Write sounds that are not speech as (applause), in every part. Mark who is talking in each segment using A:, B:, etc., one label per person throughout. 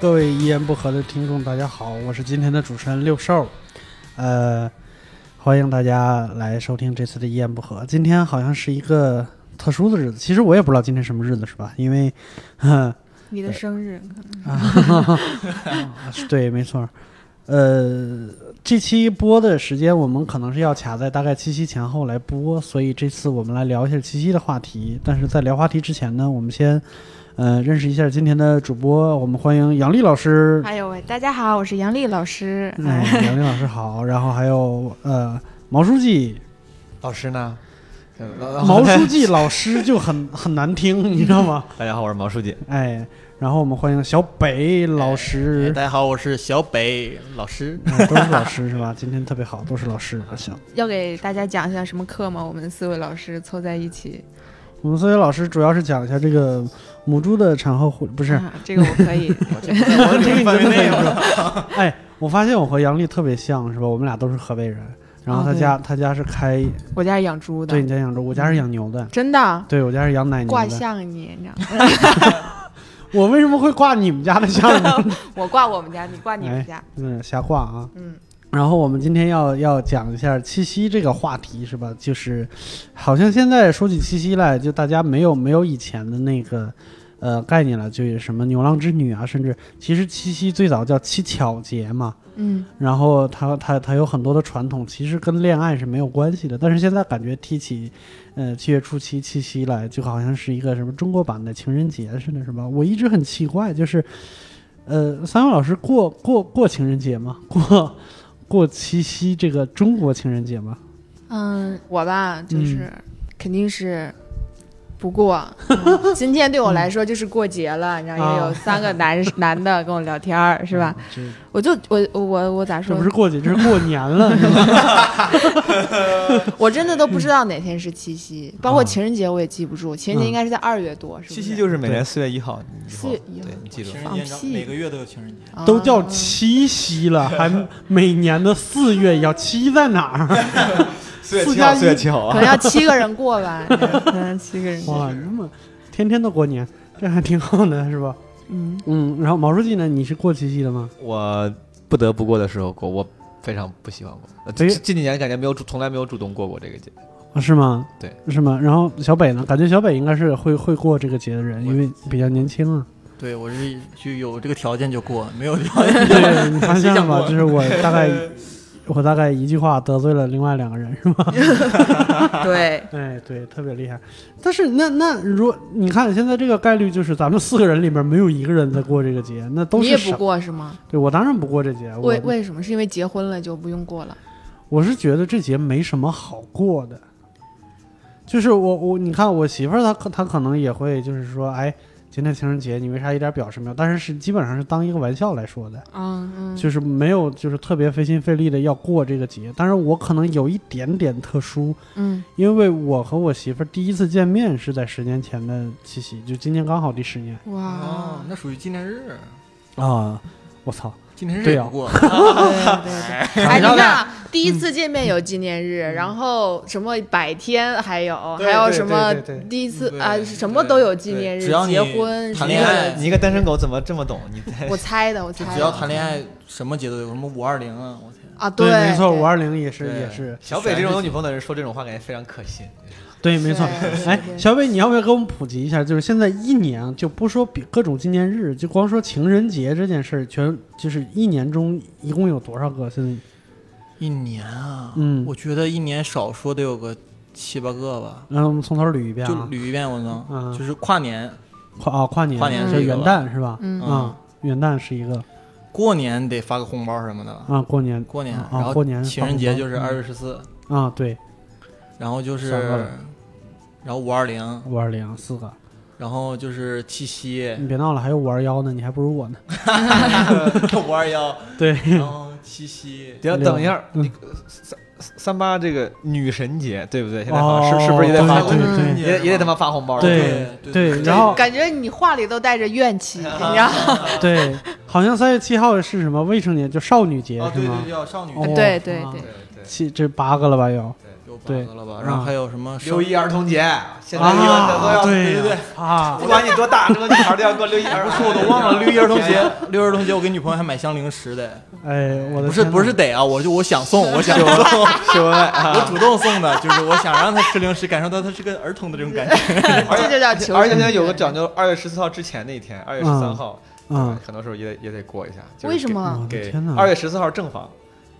A: 各位一言不合的听众，大家好，我是今天的主持人六兽，呃，欢迎大家来收听这次的一言不合。今天好像是一个特殊的日子，其实我也不知道今天什么日子是吧？因为， (laughs) 呵
B: 你
A: 哎
B: 的生日，
A: 啊，对，没错儿。呃，这期播的时间我们可能是要卡在大概七夕前后来播，所以这次我们来聊一下七夕的话题。但是在聊话题之前呢，我们先呃认识一下今天的主播，我们欢迎杨丽老师。
B: 哎呦喂，大家好，我是杨丽老师。
A: 嗯，杨丽老师好。然后还有呃毛书记，
C: 老师呢？
B: 哦
C: 老
A: 毛书记老师就很很难
B: (laughs)
A: 听，你知道吗？
C: 大家好，我是毛书记。
A: 哎，然后我们欢迎小北老师。
B: 哎
C: 大家好，我是小北老师。
A: 嗯都是老师是
B: (laughs)
A: 吧？今天特别好，都是老师。行，
B: (laughs) 要给大家讲一下什么课吗？我们四位老师凑在一起，
A: 我们所以老师主要是讲一下这个母猪的产后护，不是？
B: 啊、这个我可以。
C: 我
A: 这个你真的
C: 没
A: 没
C: 有。
A: (laughs) 哎，我发现我和杨丽特别像，是吧？我们俩都是河北人，然后
B: 哦
A: 他
B: 对
A: 家、他家是开，
B: 我家是养猪的
A: 对，你家养猪，我家是养牛的，
B: 真的
A: 对我家是养奶牛
B: 挂
A: 的。
B: 像你，你知道吗？ (laughs)
A: 我为什么会挂你们家的像呢？
B: 我挂我们家，你挂你们家。
A: 嗯，瞎挂啊。
B: 嗯，
A: 然后我们今天要要讲一下七夕这个话题，是吧？就是好像现在说起七夕来，就大家没有没有以前的那个呃概念了，就是什么牛郎织女啊，甚至其实七夕最早叫七巧节嘛，
B: 嗯，
A: 然后它它它有很多的传统，其实跟恋爱是没有关系的。但是现在感觉提起，呃，七月初七七夕来，就好像是一个什么中国版的情人节似的，是吧？我一直很奇怪，就是，呃，三位老师过过过情人节吗？过过七夕这个中国情人节吗？
B: 嗯，我吧，就是、
A: 嗯
B: 肯定是不
A: (laughs)
B: 过、嗯今天对我来说就是过节了，然后也有
A: 啊
B: 三个男、 (laughs) 男的跟我聊天儿，是吧？
A: 嗯？这
B: 我就我我我咋
A: 这
B: 说
A: 不？是过节，这是过年了，是吧？
B: 我真的都不知道哪天是七夕，包括
A: 啊
B: 情人节我也记不住，情人节应该是在二月多，是不
C: 七夕就是每
A: 对
C: 年四月一号，你以后
B: 四月一号
C: 对你记住
D: 情。
B: 放
D: 人节
B: 屁
D: 每个月都有情人节，
B: 啊
A: 都叫七夕了，还每年的四月要七在哪儿？
C: 四
A: 四加一
C: 号
B: 可能！要七个人过
A: (laughs)
B: 吧，可能七个人过。
A: 哇，那么天天都过年， (laughs) 这还挺好的，是吧？
B: 嗯，
A: 嗯，然后毛书记呢？你是过七夕的吗？
C: 我不得不过的时候过，我非常不喜欢过。呃
A: 对
C: 近近几年感觉没有主，从来没有主动过过这个节。
A: 啊，是吗？
C: 对，
A: 是吗？然后小北呢？感觉小北应该是会会过这个节的人，因为比较年轻 (laughs) 啊。
D: 对我是就有这个条件就过，没有
A: 哦
D: 条件
A: 对，你发现了吧？
D: 谁想过
A: 就是我大 (laughs) 概我大概一句话得罪了另外两个人，是吧？
B: (laughs) 对，
A: 哎，对，特别厉害。但是那那如果你看现在这个概率，就是咱们四个人里面没有一个人在过这个节，那都
B: 你也
A: 是
B: 不
A: 少。
B: 过是吗？
A: 对我当然不过这节，我
B: 为为什么？是因为结婚了就不用过了？
A: 我是觉得这节没什么好过的，就是我我你看我媳妇儿她可她可能也会就是说，哎，今天情人节你为啥一点表示没有？但是是基本上是当一个玩笑来说的，
B: 嗯嗯，
A: 就是没有就是特别费心费力的要过这个节。但是我可能有一点点特殊，
B: 嗯
A: 因为我和我媳妇儿第一次见面是在十年前的七夕，就今年刚好第十年哦
B: 哇，
D: 哦那属于纪念日，
A: 啊！我操，
D: 纪念日
A: 对
D: 也
A: 啊
D: 不过，
B: 对对
D: (laughs)
B: 对。哎，你
D: 你知道
B: 看
D: 吧
B: 啊，第一次见面有纪念日，然后什么百天还有，
A: 嗯对
B: 还有
A: 对
B: 什么
A: 对对对
B: 第一次
D: 对
B: 啊，
D: 对
B: 什么都有纪念日，
D: 只要你
B: 结婚什
D: 谈恋
B: 么
D: 爱
B: 的
C: 你一个单身狗怎么这么懂？你在
B: 我猜的，我猜的。
D: 只要谈恋爱什么节都有，什么五二零啊，我天，
B: 啊，
A: 没错，
B: 对
A: 五二零也是
D: 对
A: 也是，
C: 小北这种有女朋友的人说这种话，感觉非常可信。
A: 对，没错。
B: 对
A: 哎
B: 对，
A: 小北，你要不要给我们普及一下？就是现在一年就不说比各种纪念日，就光说情人节这件事儿，全就是一年中一共有多少个？现在
D: 一年啊，
A: 嗯
D: 我觉得一年少说得有个七八个吧，
A: 然嗯后我们从头捋一遍
D: 就
A: 啊，
D: 捋一遍我能，
A: 嗯
D: 就是跨年，
A: 跨啊跨年，
D: 跨年
A: 就是
D: 一个
A: 元
D: 吧
A: 旦是吧？
B: 嗯
D: 嗯
A: 啊，元旦是一个
D: 过年得发个红包什么的吧，
A: 啊，过年
D: 过年，
A: 啊
D: 然后
A: 过年
D: 情人节就是
A: 发红包嗯
D: 二月十四，
A: 啊，对，
D: 然后就是
A: 上班了，
D: 然后五二零，
A: 五二零四个，
D: 然后就是七
A: (laughs)
D: 夕，
A: 你别闹了，还有五二幺呢，你还不如我呢。
D: 五二幺，
A: 对，
D: (laughs) 然后七夕，
C: 等
A: 六
C: 等一下，
A: 嗯
C: 你呃三三三八这个女神节对不对？现在好像是是不是也得发
A: 哦
C: 红
A: 对对
C: 包？
A: 对
D: 对
C: 也也得他妈发红包。
A: 对
D: 对
A: 对，
D: 对
A: 然后
B: 感觉你话里都带着怨
D: (laughs)
B: 气，你知道吗？
A: 对，好像三月七号是什么未成年就少女节
D: 哦，
A: 是
D: 对
A: 吗
D: 对，？叫少女
A: 哦
B: 对对对
A: 啊
C: 对对对
A: 七这八个了吧又？
D: 有八
A: 对
D: 个了啊吧？然
A: 嗯
D: 后还有什么
C: 六一儿童节，现在一般的都
A: 啊，
C: 要，
A: 对
D: 对对
A: 呀啊
C: 不，管你多大，这个女孩都要过六一儿。
D: 我都忘了六一儿童节， (laughs) 六一儿童节我给女朋友还买箱零食的，
A: 哎，我的
D: 不是
A: 天哪
D: 不是得啊，我就我想送，
A: (laughs)
D: 我想送，
C: 秀恩爱
D: 我主动送的，就是我想让她吃零食，感受到她是个儿童的这种
A: (laughs)
D: 感觉。
C: 而
B: 这
C: 且
B: 就叫求。
C: 而且现在有个讲究，二月十四号之前那一天，二月十三号，
A: 嗯，
C: 很多时候也得也得过一下。就是
B: 为什么？
A: 我的
C: 给？
A: 天
C: 给
A: 哪！
C: 二月十四号正房，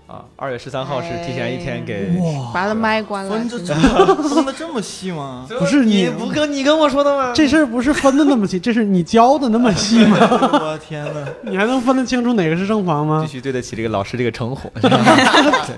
C: 啊，二月十三号是提前一天给。
A: 哇，
B: 把他麦关了
D: (laughs) 分，这
A: (laughs)
D: 分的这么细吗？
A: 不是你
C: 不跟你跟我说的吗？
A: 这事儿不是分的那么细，这是你教的那么细吗？ (laughs)
D: 哎我的天哪！
A: 你还能分得清楚哪个是正房
C: 必
A: 吗？
C: 须对得起这个老师这个称 (laughs) 呼，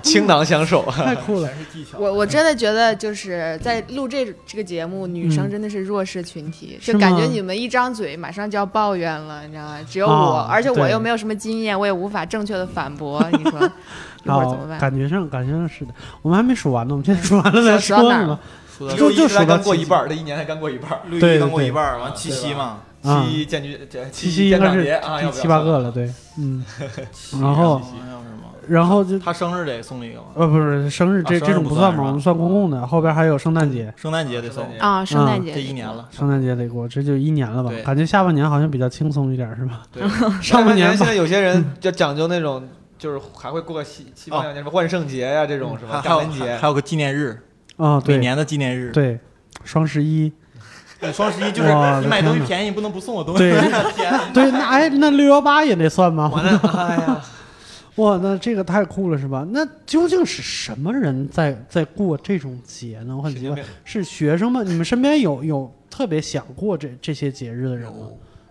C: 倾囊相 (laughs) 授。
A: 太酷了！
D: 全是技巧。
B: 我我真的觉得就是在录这这个节目，女生真的是弱势群体，
A: 是
B: 就
A: 嗯吗
B: 感觉你们一张嘴马上就要抱怨了，你知道吗？只有我，
A: 啊
B: 而且我
A: 对
B: 又没有什么经验，我也无法正确的反驳，你说
A: (laughs)
B: 一会儿
A: 好
B: 怎么，办？
A: 感觉上感觉上是的，我们还没数完呢，我们现在数完了再
B: 数到
A: 说
B: 哪儿
A: 嘛。
D: 说到
A: 就就数
C: 才
A: 到
C: 刚过
A: 七
C: 一半儿，这一年才刚过一半儿。
D: 六
A: 对
D: 一刚过
A: 对
D: 一半儿，完七夕嘛，
A: 啊
C: 七一建军，这
A: 七
C: 夕
A: 应
C: 建
A: 该
C: 长
A: 是
C: 节啊，
A: 第
C: 要不要
A: 七八
C: 算
A: 个
C: 了。
A: 了，对，嗯，
D: 七夕啊
A: 然后
D: 七夕还有什么？
A: 然后就
D: 他生日得送了一个吗？
A: 呃不是生日这
D: 啊生日
A: 这种
D: 不
A: 不
D: 算
A: 算
D: 是
A: 嘛，
D: 吧
A: 我们算公共的，后边还有圣诞节，
D: 圣诞节得送，
B: 啊，圣诞
A: 嗯
B: 节
D: 这一年了。
A: 圣诞节得过，这就一年了吧
D: 对？
A: 感觉下半年好像比较轻松一点，是吧？
D: 对，
A: (laughs)
C: (laughs)
A: 上半
C: 半
A: 年
C: 现
A: 吧，
C: 在有些 (laughs) 人就讲究那种，就是还会过个西西方两年什么万圣节呀、这种什么
D: 还
C: 感
D: 还
C: 恩
D: 有
C: 节
D: 还，有个纪念日，
A: 啊，
D: 每
A: 对
D: 年的纪念日。
A: 对，双十一，
D: 对，双十一就是
A: 哇
D: 你买东
A: 我的天哪
D: 西便宜，你不能不送我东西。
A: 对
D: (laughs) 天哪
A: 对，那哎那六幺八也得算吗？
C: 完了， (laughs) 哎呀，
A: 哇，那这个太酷了，是吧？那究竟是什么人在在过这种节呢？我很
C: 神
A: 奇
C: 经
A: 怪
C: 病，
A: 是学生们？你们身边有有特别想过这这些节日的人吗？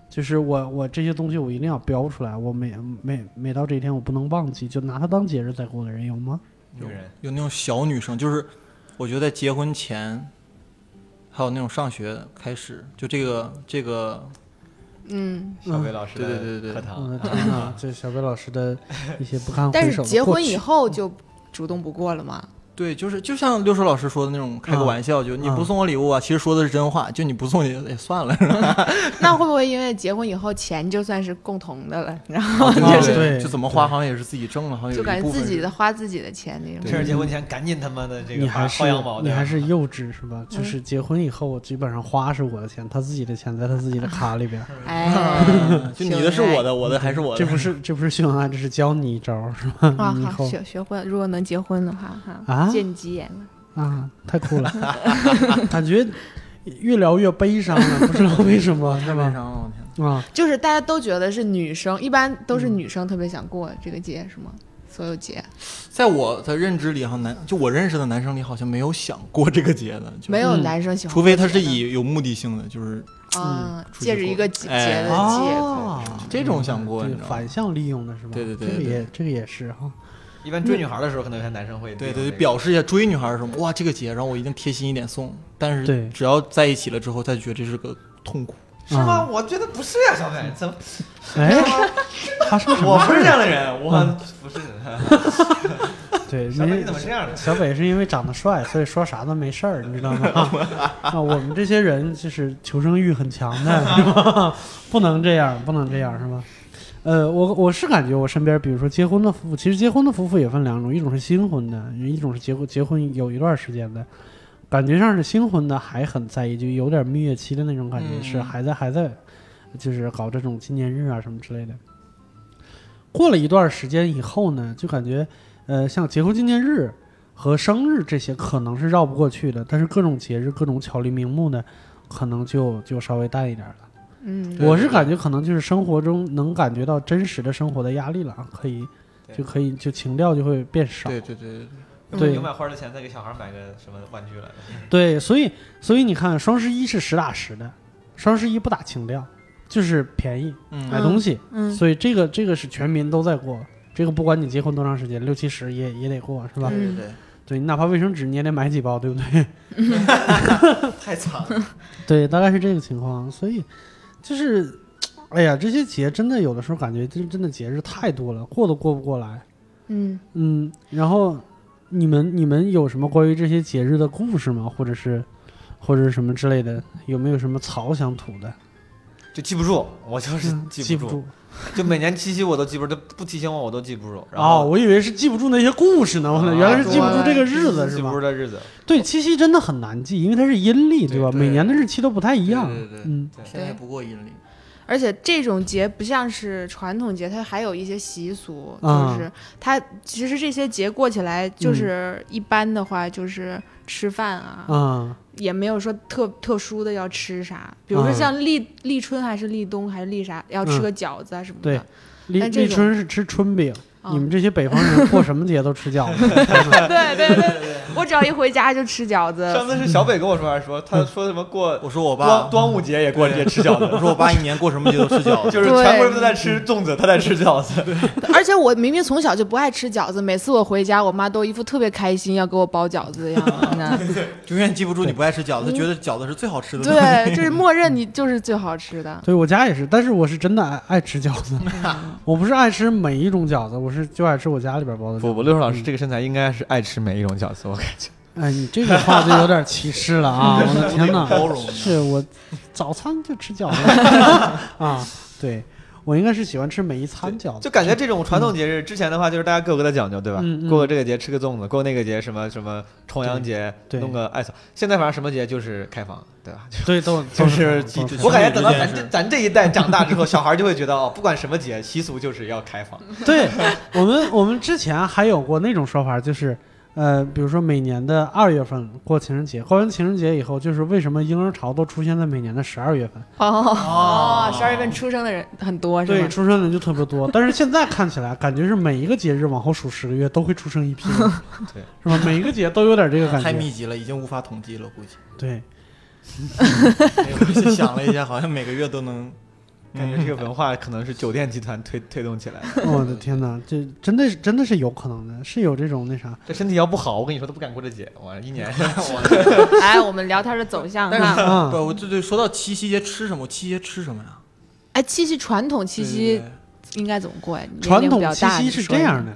A: 就是我我这些东西我一定要标出来，我每每每到这一天我不能忘记，就拿它当节日在过的人有吗？
C: 女人
D: 有那种小女生，就是我觉得在结婚前，还有那种上学开始，就这个这个
B: 嗯，
C: 小伟老师的
D: 对对对对
C: 课
A: 我
C: 堂
A: 的天哪， (laughs) 这小北老师的一些不堪嗯
B: 但
A: 回
B: 是
A: 首的
B: 结
A: 过
B: 婚以
A: 去
B: 后就主动不过了嘛。
A: (laughs)
D: 对，就是就像六叔老师说的那种开个
A: 嗯
D: 玩笑，就你不
A: 嗯
D: 送我礼物啊，其实说的是真话，就你不送也也
A: (laughs)
D: 算了，
B: 那会不会因为结婚以后钱就算是共同的了，然后
A: 对
D: 就
A: 啊对
D: 是就怎么花好像也是自己挣的，好像
B: 就
D: 有
B: 感
D: 一
B: 觉
D: 部分
B: 自己
D: (laughs) 是
B: 的花自己的钱那种？
C: 趁着结婚前赶紧他妈的这
A: 你
C: 个
A: 还
C: 薅
A: 是
C: 薅羊毛，
A: 你
C: 对吧
A: 还是幼稚是吧？
B: 嗯
A: 就是结婚以后，我基本上花是我的钱，他自己的钱在他自己的卡里边。
B: 哎，
D: (laughs) 嗯就你的是
B: (laughs)
D: 我的，我的还是我
A: 这
D: 的。 (laughs)
A: 不是这不是秀恩爱，这是教你一招儿是吧？
D: 嗯
B: 啊，
A: 你以
B: 好
A: 后
B: 学学婚，如果能结婚的话，哈、
A: 啊
B: 见吉言了。
A: 啊，太酷了，感觉越聊越悲伤了，不知道为什么，
D: 太
A: 是
D: 悲
A: 吧？
D: 伤了，我天哪！
A: 啊，
B: 就是大家都觉得是女生，一般都是
D: 嗯
B: 女生特别想过这个节，是吗？所有节
D: 在我的认知里，好像男就我认识的男生里，好像没有想过这个节的，就
B: 没有
A: 嗯
B: 男生喜欢过
D: 除
B: 节
D: 非
B: 的，
D: 他是以有目的性的，就是
B: 啊，
D: 出去
B: 借着一
D: 过
B: 个节节
D: 哎
B: 的呃借
A: 哦
B: 口，
D: 啊这种想过，
A: 对
D: 你知道吗
A: 反？向利用的是吧？
D: 对对对
A: 这
D: 对
A: 个也这个也是
D: (laughs)
A: 哈。
C: 一般追女孩的时候，可能有些男生会
D: 对
C: 利用
D: 对对，
C: 这个
D: 表示一下追女孩儿什么，哇，这个节，然后我一定贴心一点送。但
A: 对
D: 是只要在一起了之后，他就觉得这是个痛苦。
C: 是吗？我觉得不是呀，小伟，怎么
A: 哎，发生什
C: (laughs) 我
A: 么
C: 不
A: 事
C: 是这
A: 儿？
C: 样的人，我不是。
A: 对，
C: 小伟，
A: 没
C: 你怎么这样呢？
A: 小北是因为长得帅，所以说啥都没事儿，你知道吗？啊，我们这些人就是求生欲很强的，是吧？不能这样，不能这样，是吧？呃，我我是感觉我身边，比如说结婚的夫妇，其实结婚的夫妇也分两种，一种是新婚的，一种是结婚结婚有一段时间的，感觉上是新婚的还很在意，就有点蜜月期的那种感觉，
D: 嗯
A: 是还在还在，就是搞这种纪念日啊什么之类的。过了一段时间以后呢，就感觉，呃，像结婚纪念日和生日这些可能是绕不过去的，但是各种节日、各种巧立名目呢，可能就就稍微淡一点了。
B: 嗯，
D: 对
A: 我是感觉可能就是生活中能感觉到真实的生活的压力了啊，可以
C: 对
A: 就可以就情调就会变少。
D: 对对对对，
C: 用
A: 对
C: 零买花的钱再给小孩买个什么玩具来？
A: 对，所以所以你看，双十一是实打实的，双十一不打情调，就是便宜
D: 嗯
A: 买东西，
B: 嗯
A: 所以这个这个是全民都在过，这个不管你结婚多长时间，六七十也也得过，
B: 嗯
A: 是吧？
D: 对对对，
A: 对你哪怕卫生纸你也得买几包，对不对？
C: 太惨了，
A: 对，大概是这个情况，所以就是，哎呀，这些节真的有的时候感觉真真的节日太多了，过都过不过来。
B: 嗯，
A: 嗯，然后你们你们有什么关于这些节日的故事吗？或者是或者是什么之类的？有没有什么槽想吐的？
C: 就记不住，我就是
A: 嗯记
C: 记不住。
A: 住。
C: 就每年七夕我都记不住，不提醒我我都记不住。然
A: 哦，
C: 后
A: 我以为是记不住那些故事呢，我呢
C: 啊
A: 原来是记不住这个日子是
C: 记不
A: 吧
C: 住？这日子，
A: 对，七夕真的很难记，因为它是阴历，对吧？
D: 对
A: 每年的日期都不太一样。
D: 对对对
A: 嗯，
D: 现在不过阴历，
B: 而且这种节不像是传统节，它还有一些习俗，
A: 啊
D: 嗯
B: 就是它其实这些节过起来，就是一般的话就是吃饭啊，
A: 啊，
B: 也没有说特特殊的要吃啥，比如说
A: 嗯
B: 像立、立春还是立冬还是立啥，要吃
A: 嗯
B: 个饺子啊什么的。
A: 对立
B: 但这
A: 立
B: 种
A: 春是吃春饼，
B: 啊
A: 你们这些北方人过什么节都吃饺子。(laughs)
B: (laughs) 对对对对， (laughs) 我只要一回家就吃饺子。
C: 上次是小北跟我说还是说，
A: 嗯
C: 他呃说什么过
D: 我说我
C: 端
D: 爸，
C: 端午节也过节吃 (laughs) 饺子，
D: 我说我爸一年过什么节都吃饺
C: (laughs)
D: 子，
C: 就是全国人都在吃粽子，他在吃饺 (laughs) 子。
B: (laughs) 而且我明明从小就不爱吃饺子，每次我回家，我妈都一副特别开心要给我包饺子的
A: (laughs)
B: 样嗯子呢。
D: 永远记不住你不爱吃饺子，觉得饺子是最好吃的。，
B: 对，就是默认你就是最好
A: (laughs)
B: 吃的。嗯
A: 对我家也是，但是我是真的爱爱吃饺子，我不是爱吃每一种饺子，我是就爱吃我家里边包的饺
C: 不
A: 子。
C: 不，六叔老师这个身材应该是爱吃每一种饺子，我感觉。
A: 哎，你这个话就有点歧视了
C: (laughs)
A: 啊！我的天哪，
D: 包容的
A: 是我早餐就吃饺
C: (laughs)
A: 子啊，对我应该是喜欢吃每一餐饺子，
C: 就感觉这种传统节日之前的话，就是大家各有各的讲究，对吧？
A: 嗯嗯
C: 过个这个节吃个粽子，过那个节什么什么重阳节，
A: 对对
C: 弄个艾草。现在反正什么节就是开房，对吧？
A: 对，都
C: (laughs) 就
A: 都
C: 是
A: 都
D: 记
C: 我感觉等到
D: 这件
C: 咱这
D: 事
C: 咱这一代长大之后，小孩就会觉得哦，不管什么节，习俗就是要
A: (laughs)
C: 开房。，
B: (laughs)
A: 对我们，我们之前还有过那种说法，就是，呃，比如说每年的二月份过情人节，过完情人节以后，就是为什么婴儿潮都出现在每年的十二月份？
B: 哦，十二月份出生的人很多是
A: 对，
B: 吗？
A: 出生人就特别多。但是现在看起来，感觉是每一个节日往后数十个月都会出生一批
B: (laughs)
A: 人
C: 对，
A: 是吧？每一个节都有点这个感
D: 太
A: 觉。
D: 密集了，已经无法统计了，估计。哎
A: 对，
D: 我就想了一下，好像每个月都能，嗯
C: 感觉这个文化可能是酒店集团推推动起
A: (laughs)
C: 来的。
A: 我的天哪，这真的是真的是有可能的，是有这种那
B: (laughs)
A: 啥。
C: 这身体要不好，我跟你说都不敢过这节，我
A: (laughs)
C: 一年
B: 哎，我们聊天的走 (laughs) 向哈。
A: 啊
D: 不，，我这对说到七夕节吃什么？七夕节吃什么呀？
B: 哎，七夕传统七
D: 对
B: 夕
D: 对对
B: 应该怎么过呀？你年
A: 传
B: 龄比
A: 统
B: 较
A: 七
B: 大
A: 夕是这样，
B: (laughs)
A: 的，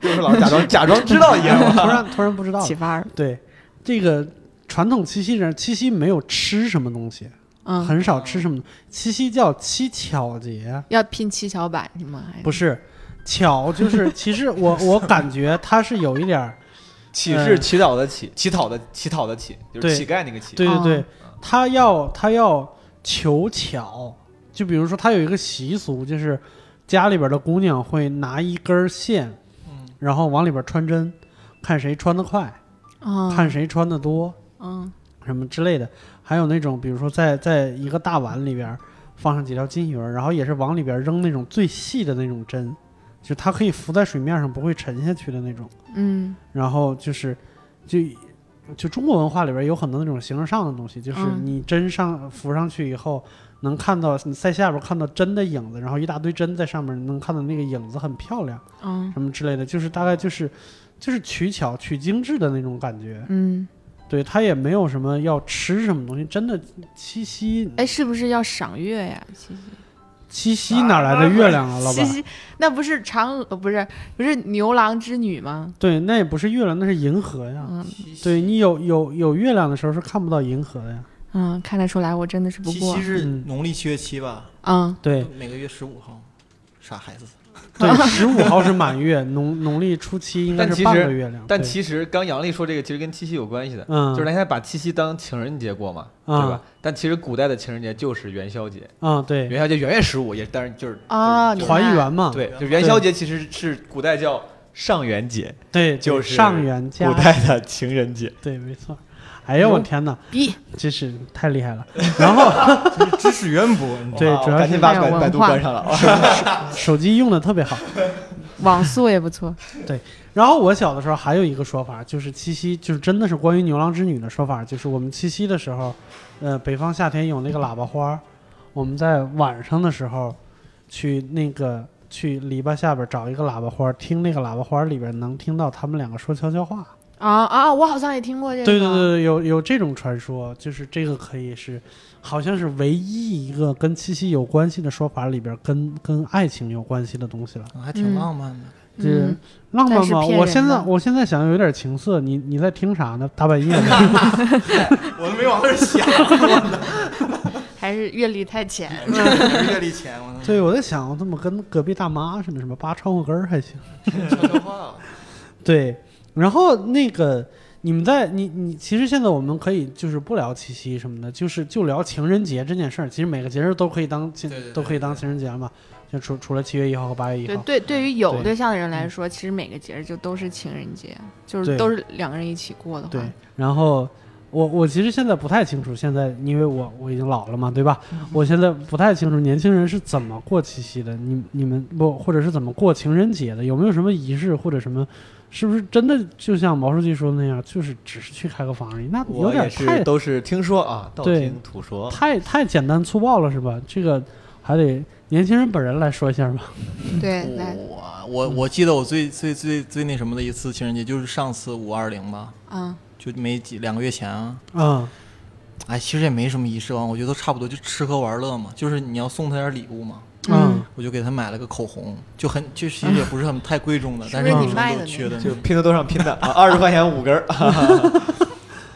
C: 就是老师假装假装知道一样。
B: 啊
A: 突然突 (laughs) 然不知道
B: 你
A: 了
B: 说启发。
A: 对，这个传统七夕人，七夕没有吃什么东西，
B: 嗯，
A: 很少吃什么。七夕叫七巧节，
B: 要拼七巧板是吗？还
A: 不是巧，就是
B: (laughs)
A: 其实我我感觉它是有一点儿，
C: 乞是乞讨的乞，乞讨的乞讨的乞，就
A: 对
C: 是乞丐那个乞。
A: 对对对
B: 哦，
A: 它要它要求巧，就比如说它有一个习俗，就是家里边的姑娘会拿一根线，
D: 嗯
A: 然后往里边穿针，看谁穿得快，看
B: 嗯
A: 谁穿得多。
B: 嗯
A: 什么之类的，还有那种比如说在在一个大碗里边儿放上几条金鱼儿，然后也是往里边儿扔那种最细的那种针，就它可以浮在水面上不会沉下去的那种。
B: 嗯
A: 然后就是就就中国文化里边儿有很多那种形而上的东西，就是
B: 嗯
A: 你针上浮上去以后。能看到你在下边儿看到针的影子，然后一大堆针在上面儿，能看到那个影子很漂亮，
B: 嗯
A: 什么之类的，就是大概就是，就是取巧取精致的那种感觉。
B: 嗯，
A: 对他也没有什么要吃什么东西，真的七夕
B: 哎，是不是要赏月呀？七夕
A: 七夕哪来的月亮啊，老
B: 七
A: 板？
B: 夕那不是嫦娥呃不是不是牛郎织女吗？
A: 对，那也不是月亮，那是银河呀。
B: 嗯
A: 对你有有有月亮的时候是看不到银河的呀。
B: 嗯，看得出来我真的是不
D: 七
B: 过
D: 夕是
A: 嗯
D: 农历七月七吧？
B: 嗯
A: 对
D: 每个月十五号，傻孩子。
B: (laughs)
A: 对，十五号是满月，农农历初七应该
C: 但
A: 是
C: 其
A: 半
C: 实
A: 个月亮。
C: 但
A: 对
C: 其实刚杨丽说这个，其实跟七夕有关系的，
A: 嗯，
C: 就是那天把七夕当情人节过嘛，
A: 啊
C: 对吧？但其实古代的情人节就是元宵节，
A: 啊对
C: 元宵节元月十五也，当然就是
B: 啊，
C: 就是
A: 团
B: 明白
A: 圆嘛，
C: 对，就元宵节其实是古代叫上元节，
A: 对，
C: 就是
A: 上元
C: 古
A: 佳
C: 代的情人节。
A: 对，没错。哎呦我天哪，
B: 逼
A: 真是太厉害了！然后
D: 知识渊博，
A: 对
C: 哇
A: 主要
C: 赶紧
A: 是
C: 把
B: 太有
C: 百
B: 文
C: 百度
B: 化
C: 关上了。啊
A: 手机用的特别好。
B: 网速也不错。
A: 然后我小的时候还有一个说法，就是七夕，就是真的是关于牛郎织女的说法，就是我们七夕的时候，呃，北方夏天有那个喇叭花儿，我们在晚上的时候去那个去篱笆下边找一个喇叭花儿，听那个喇叭花儿里边能听到他们两个说悄悄话。
B: 啊啊！我好像也听过这个。
A: 对对对，对，有有这种传说，就是这个可以是，好像是唯一一个跟七夕有关系的说法里边跟跟爱情有关系的东西了。
D: 还挺浪漫的。
A: 这个
B: 嗯
A: 浪
B: 但
A: 漫
B: 是
A: 吗？
B: 骗
A: 我
B: 人
A: 现在
B: 的
A: 我现在想有点情色，你你
B: (laughs)
A: 在听啥呢？大半夜的。
D: 我都没往那儿想。
B: 还是阅历太浅。
D: 阅历浅，我
A: 对，我在想，我怎么跟隔壁大妈似的，什么扒窗户根儿还行。
D: 悄悄话，
A: 对，然后那个你们在你你其实现在我们可以就是不聊七夕什么的，就是就聊情人节这件事儿。其实每个节日都可以当情
D: 对对对
A: 都可以当情人节嘛，就除除了七月一号和八月一
B: 对
A: 号。
B: 对，对于有
A: 对嗯
B: 对象的人来说，其实每个节日就都是情人节，就
A: 对
B: 是都是两个人一起过的
A: 对
B: 话，，
A: 然后我我其实现在不太清楚，现在因为我我已经老了嘛，对吧？
C: 嗯
A: 我现在不太清楚年轻人是怎么过七夕的，你你们不或者是怎么过情人节的？有没有什么仪式或者什么？是不是真的就像毛书记说的那样，就是只是去开个房而已？那有
C: 我
A: 点
C: 也
A: 太
C: 是都是听说啊，道
A: 对
C: 听途说。
A: 太太简单粗暴了是吧？这个还得年轻人本人来说一下吧。
B: 对，
A: 嗯哦
B: 来，
D: 我我我记得我最最最最那什么的一次情人节，就是上次五二零吧，
B: 嗯，
D: 就没几两个月前啊。
C: 嗯
A: 啊、
D: 哎，其实也没什么仪式感，我觉得都差不多，就吃喝玩乐嘛。就是你要送他点礼物嘛，
A: 嗯
D: 我就给他买了个口红，就很就其实也不是很太贵重的，但是
A: 是你
D: 女生
B: 卖
D: 都
B: 的
D: 缺的那种，
C: 就拼多多上拼的，啊二十块钱五根儿。啊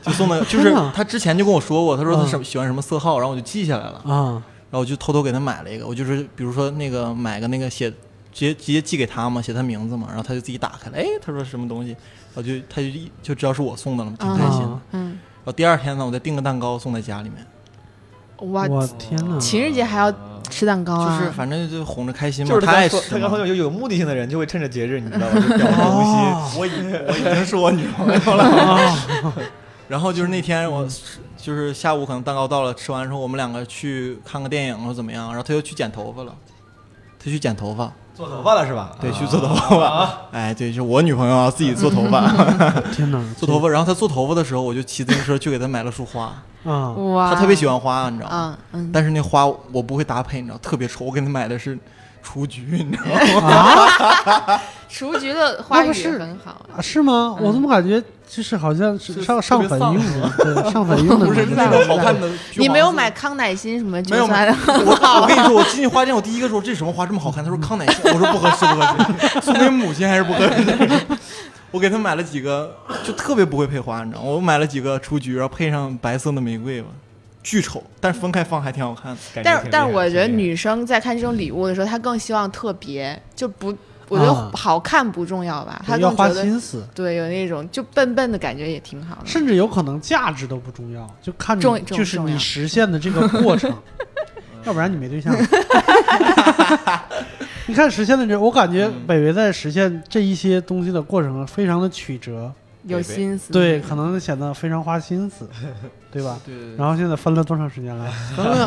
D: 就送的，就是
A: 天哪
D: 他之前就跟我说过，他说他
A: 嗯
D: 什么喜欢什么色号，然后我就记下来了，
A: 啊
D: 然后我就偷偷给他买了一个，我就是比如说那个买个那个写。直接直接寄给他嘛，写他名字嘛，然后他就自己打开了，哎，他说什么东西，然后就他就一就知道是我送的了嘛，挺开心的。
A: 啊！
B: 嗯，
D: 然后第二天呢，我再订个蛋糕送在家里面，
B: 嗯哇，
A: 我天哪！
B: 情人节还要吃蛋糕啊？
D: 嗯就是反正就哄着开心嘛，
C: 就是
D: 他
C: 他
D: 爱
C: 说，
D: 吃
C: 他刚
D: 嘛
C: 才。有有目的性的人就会趁着节日，你知道吧？就表达无心。
A: 哦
D: 我已我已经是我女朋友了。然后就是那天
C: 嗯
D: 我就是下午可能蛋糕到了，吃完之后我们两个去看个电影或者怎么样，然后他又去剪头发了，他去剪头发，
C: 做头发了是吧？啊
D: 对，去做头发。哎，对，就我女朋友啊，自己做头
C: (laughs)
D: 发，
A: 天哪！
D: 做
B: 嗯
D: 头发。然后她做头发的时候，我就骑自行车去给她买了束花，
A: 发啊！
B: 哇，
D: 她特别喜欢花，你知道吗？
B: 嗯嗯，
D: 但是那花我不会搭配，你知道，特别丑。我给她买的是雏菊，你知
B: (laughs)
D: 道吗？
B: 雏菊的花
A: 那
B: 语
A: 不是
B: 很好，
A: 啊是吗？我怎么感觉就是好像是
D: 嗯是
A: 上
D: 特
A: 上
D: 别
A: 粉
D: 丧
A: 用的，
D: (laughs)
A: 对上粉用的
D: 不是
A: 那
D: 那
A: 种
D: 种好看的。
B: 你没有买？康乃馨什么
D: 没
B: 韭
D: 有
B: 菜
D: 买
B: 的，
D: 我我跟你说，我进去花店，我第一个说这什么花这么好看？他说康乃馨，我说不合适不合适，送给母亲还是不合适。 (laughs) 我给他买了几个，就特别不会配花，你知道吗？我买了几个雏菊，然后配上白色的玫瑰吧，巨丑，但是分开放还挺好看的。
C: 感觉挺厉害，
B: 但但我觉得
C: 挺厉害
B: 女生在看这种礼物的时候，她更希望特别，就不，我觉
A: 啊
B: 得好看不重要吧，她
A: 要
B: 更
A: 花
B: 觉得
A: 心思，
B: 对有那种就笨笨的感觉也挺好的。
A: 甚至有可能价值都不重要，就看你
B: 重重
A: 就是
B: 重
A: 你
B: 要
A: 实现的这个过
D: (laughs)
A: 程，要不然你没对象。你看实现的这，我感觉
D: 嗯
A: 北北在实现这一些东西的过程非常的曲折，
B: 有心思，
A: 对，可能显得非常花心思，对吧？
D: 对嗯 (laughs) 对对，
A: 然后现在分了多长时间了？
D: 嗯，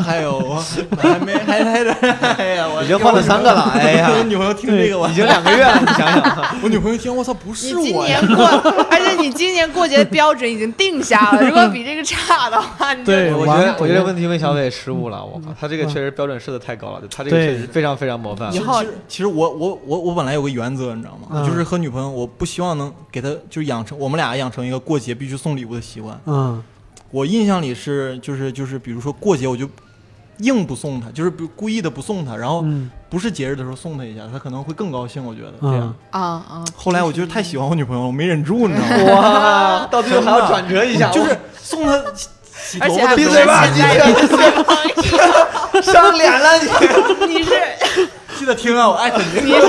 B: (laughs)
D: 还有我还没还还哎呀，我
C: 已经换了三
D: (laughs)
C: 个了，哎呀，
D: 我女朋友听这个我
C: 已经两个月了，你想想，
D: 我女朋友听，我操，不
B: 你
D: 是
B: 今
D: 我呀
B: 年！过，而且你今年过节的标准已经定下
D: (laughs)
B: 了，如果比这个差的话，你就
A: 对
C: 我觉
A: 完
C: 得
A: 了
C: 我觉得问题问小伟失误了，我靠，他这个确实标准设的太高了，他这个
A: 对
C: 确实非常非常模范
D: 其。实
B: 以后
D: 其实其实我我我我本来有个原则，你知道吗？
A: 嗯
D: 就是和女朋友，我不希望能给她就是养成我们俩养成一个过节必须送礼物的习惯。
A: 嗯
D: 我印象里是就是就是，比如说过节我就硬不送她，就是比如故意的不送她，然后
A: 嗯
D: 不是节日的时候送她一下，她可能会更高兴。我觉得这样
A: 嗯。，
B: 啊啊！
D: 后来我就是太喜欢我女朋友了，我没忍住，你知道吗？
C: 哇， (laughs) 到最后还要转折一下，
D: 就是送她洗洗
B: 而
D: 头
B: 且
D: 发
B: 还不
D: 的
C: 闭
B: 是
D: 时
C: 嘴
D: 候，
C: 吧
B: 现在的对方
C: 我上脸了你。
B: 你是
D: 记得听啊，我爱她你。
B: (laughs) 你是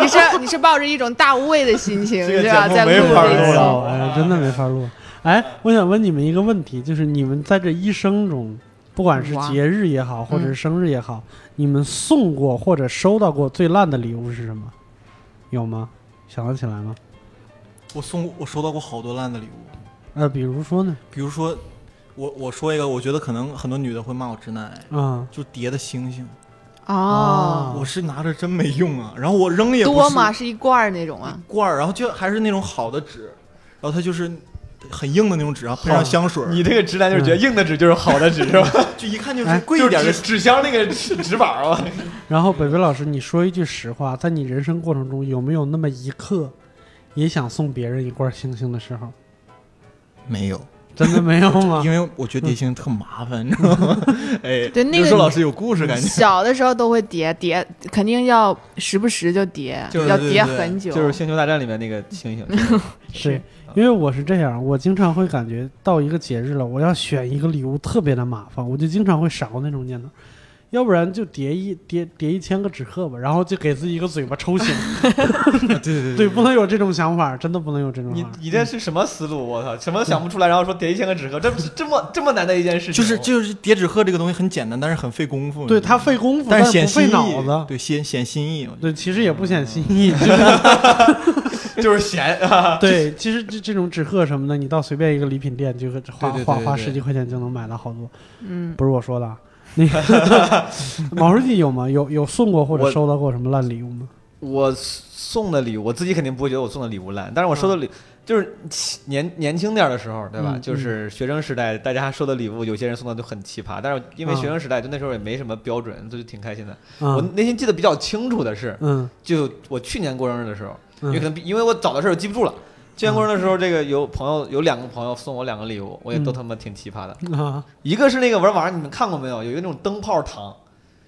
B: 你是你是抱着一种大无畏的心情，
D: 这个
B: 是吧？
D: 节目
B: 在录
D: 没法
B: 这
D: 录
B: 一
D: 了
B: 期
A: 哦，哎，真的没法录。哎，我想问你们一个问题，就是你们在这一生中，不管是
B: 哇
A: 节日也好，或者是生日也好，你们送过或者收到过最烂的礼物是什么？有吗？想得起来吗？
D: 我送我收到过好多烂的礼物。
A: 呃，比如说呢？
D: 比如说，我我说一个，我觉得可能很多女的会骂我直男癌，
A: 啊、
D: 就叠的星星，
A: 哦
B: 哦，
D: 我是拿着真没用啊，然后我啊扔也不是
B: 多吗？是一罐儿那种啊？
D: 罐儿，然后就还是那种好的纸，然后它就是很硬的那种纸，然后配上香水儿，
C: (laughs) 你这个直男就是觉得硬的纸就是好的纸是吧？
D: 就一看就
A: 哎
D: 是 (laughs) 贵一点
C: 就
D: 的
C: 是。纸纸箱那个纸纸板儿啊，
A: 然后北北老师，你说一句实话，在你人生过程中有没有那么一刻，也想送别人一罐星星的时候？
D: 没有，
A: 真的没有吗？
D: 因为我觉得叠星特麻烦，你知道吗？ (laughs) 哎，
B: 对那个
D: 刘硕老师有故事感觉，
B: 小的时候都会叠叠，肯定要时不时就叠，
D: 就是
B: 要
D: 对
B: 叠
D: 对对
B: 很久。
C: 就是《星球大战》里面那个猩
D: (laughs)
C: 猩，
A: 对，因为我是这样，我经常会感觉到一个节日了，我要选一个礼物特别的麻烦，我就经常会闪过那种念头，要不然就叠一叠叠一千个纸鹤吧，然后就给自己一个嘴巴抽醒。
D: 对对
A: 对，不能有这种想法，真的不能有这种
C: 你
A: 想法。嗯
C: 你这是什么思路？我操，什么想不出来，然后说叠一千个纸鹤，这不是这么这么难的一件事情？
D: 就是就是叠纸鹤这个东西很简单，但是很费功夫。
A: 对他费功夫，
D: 但
A: 但
D: 是显
A: 不费
D: 心意，
A: 脑子。
D: 对显显心意。我觉得
A: 对，其实也不显心意，就是
C: 就是闲啊，
A: (laughs) 对，其实这这种纸鹤什么的，你到随便一个礼品店，就花
D: 对对对
A: 花
D: 对
A: 花
D: 对
A: 十几块钱就能买到好多。
B: 嗯，
A: 不是我说的，啊，那个 (laughs) 毛书记有吗？有有送过或者
C: 我
A: 收到过什么烂礼物吗？
C: 我送的礼物，我自己肯定不会觉得我送的礼物烂，但是我收的礼、就是年年轻点儿的时候，对吧？
A: 嗯
C: 就是学生时代，大家收的礼物，有些人送的就很奇葩，但是因为学生时代，就那时候也没什么标准，这就挺开心的。我
A: 嗯
C: 内心记得比较清楚的是，
A: 嗯
C: 就我去年过生日的时候，有可
A: 嗯
C: 能比因为我早的事儿记不住了。去年过生日的时候，这个有朋友有两个朋友送我两个礼物，我也
A: 嗯
C: 都他妈挺奇葩的。
A: 啊，
C: 一个是那个玩网上你们看过没有？有一个那种灯泡糖，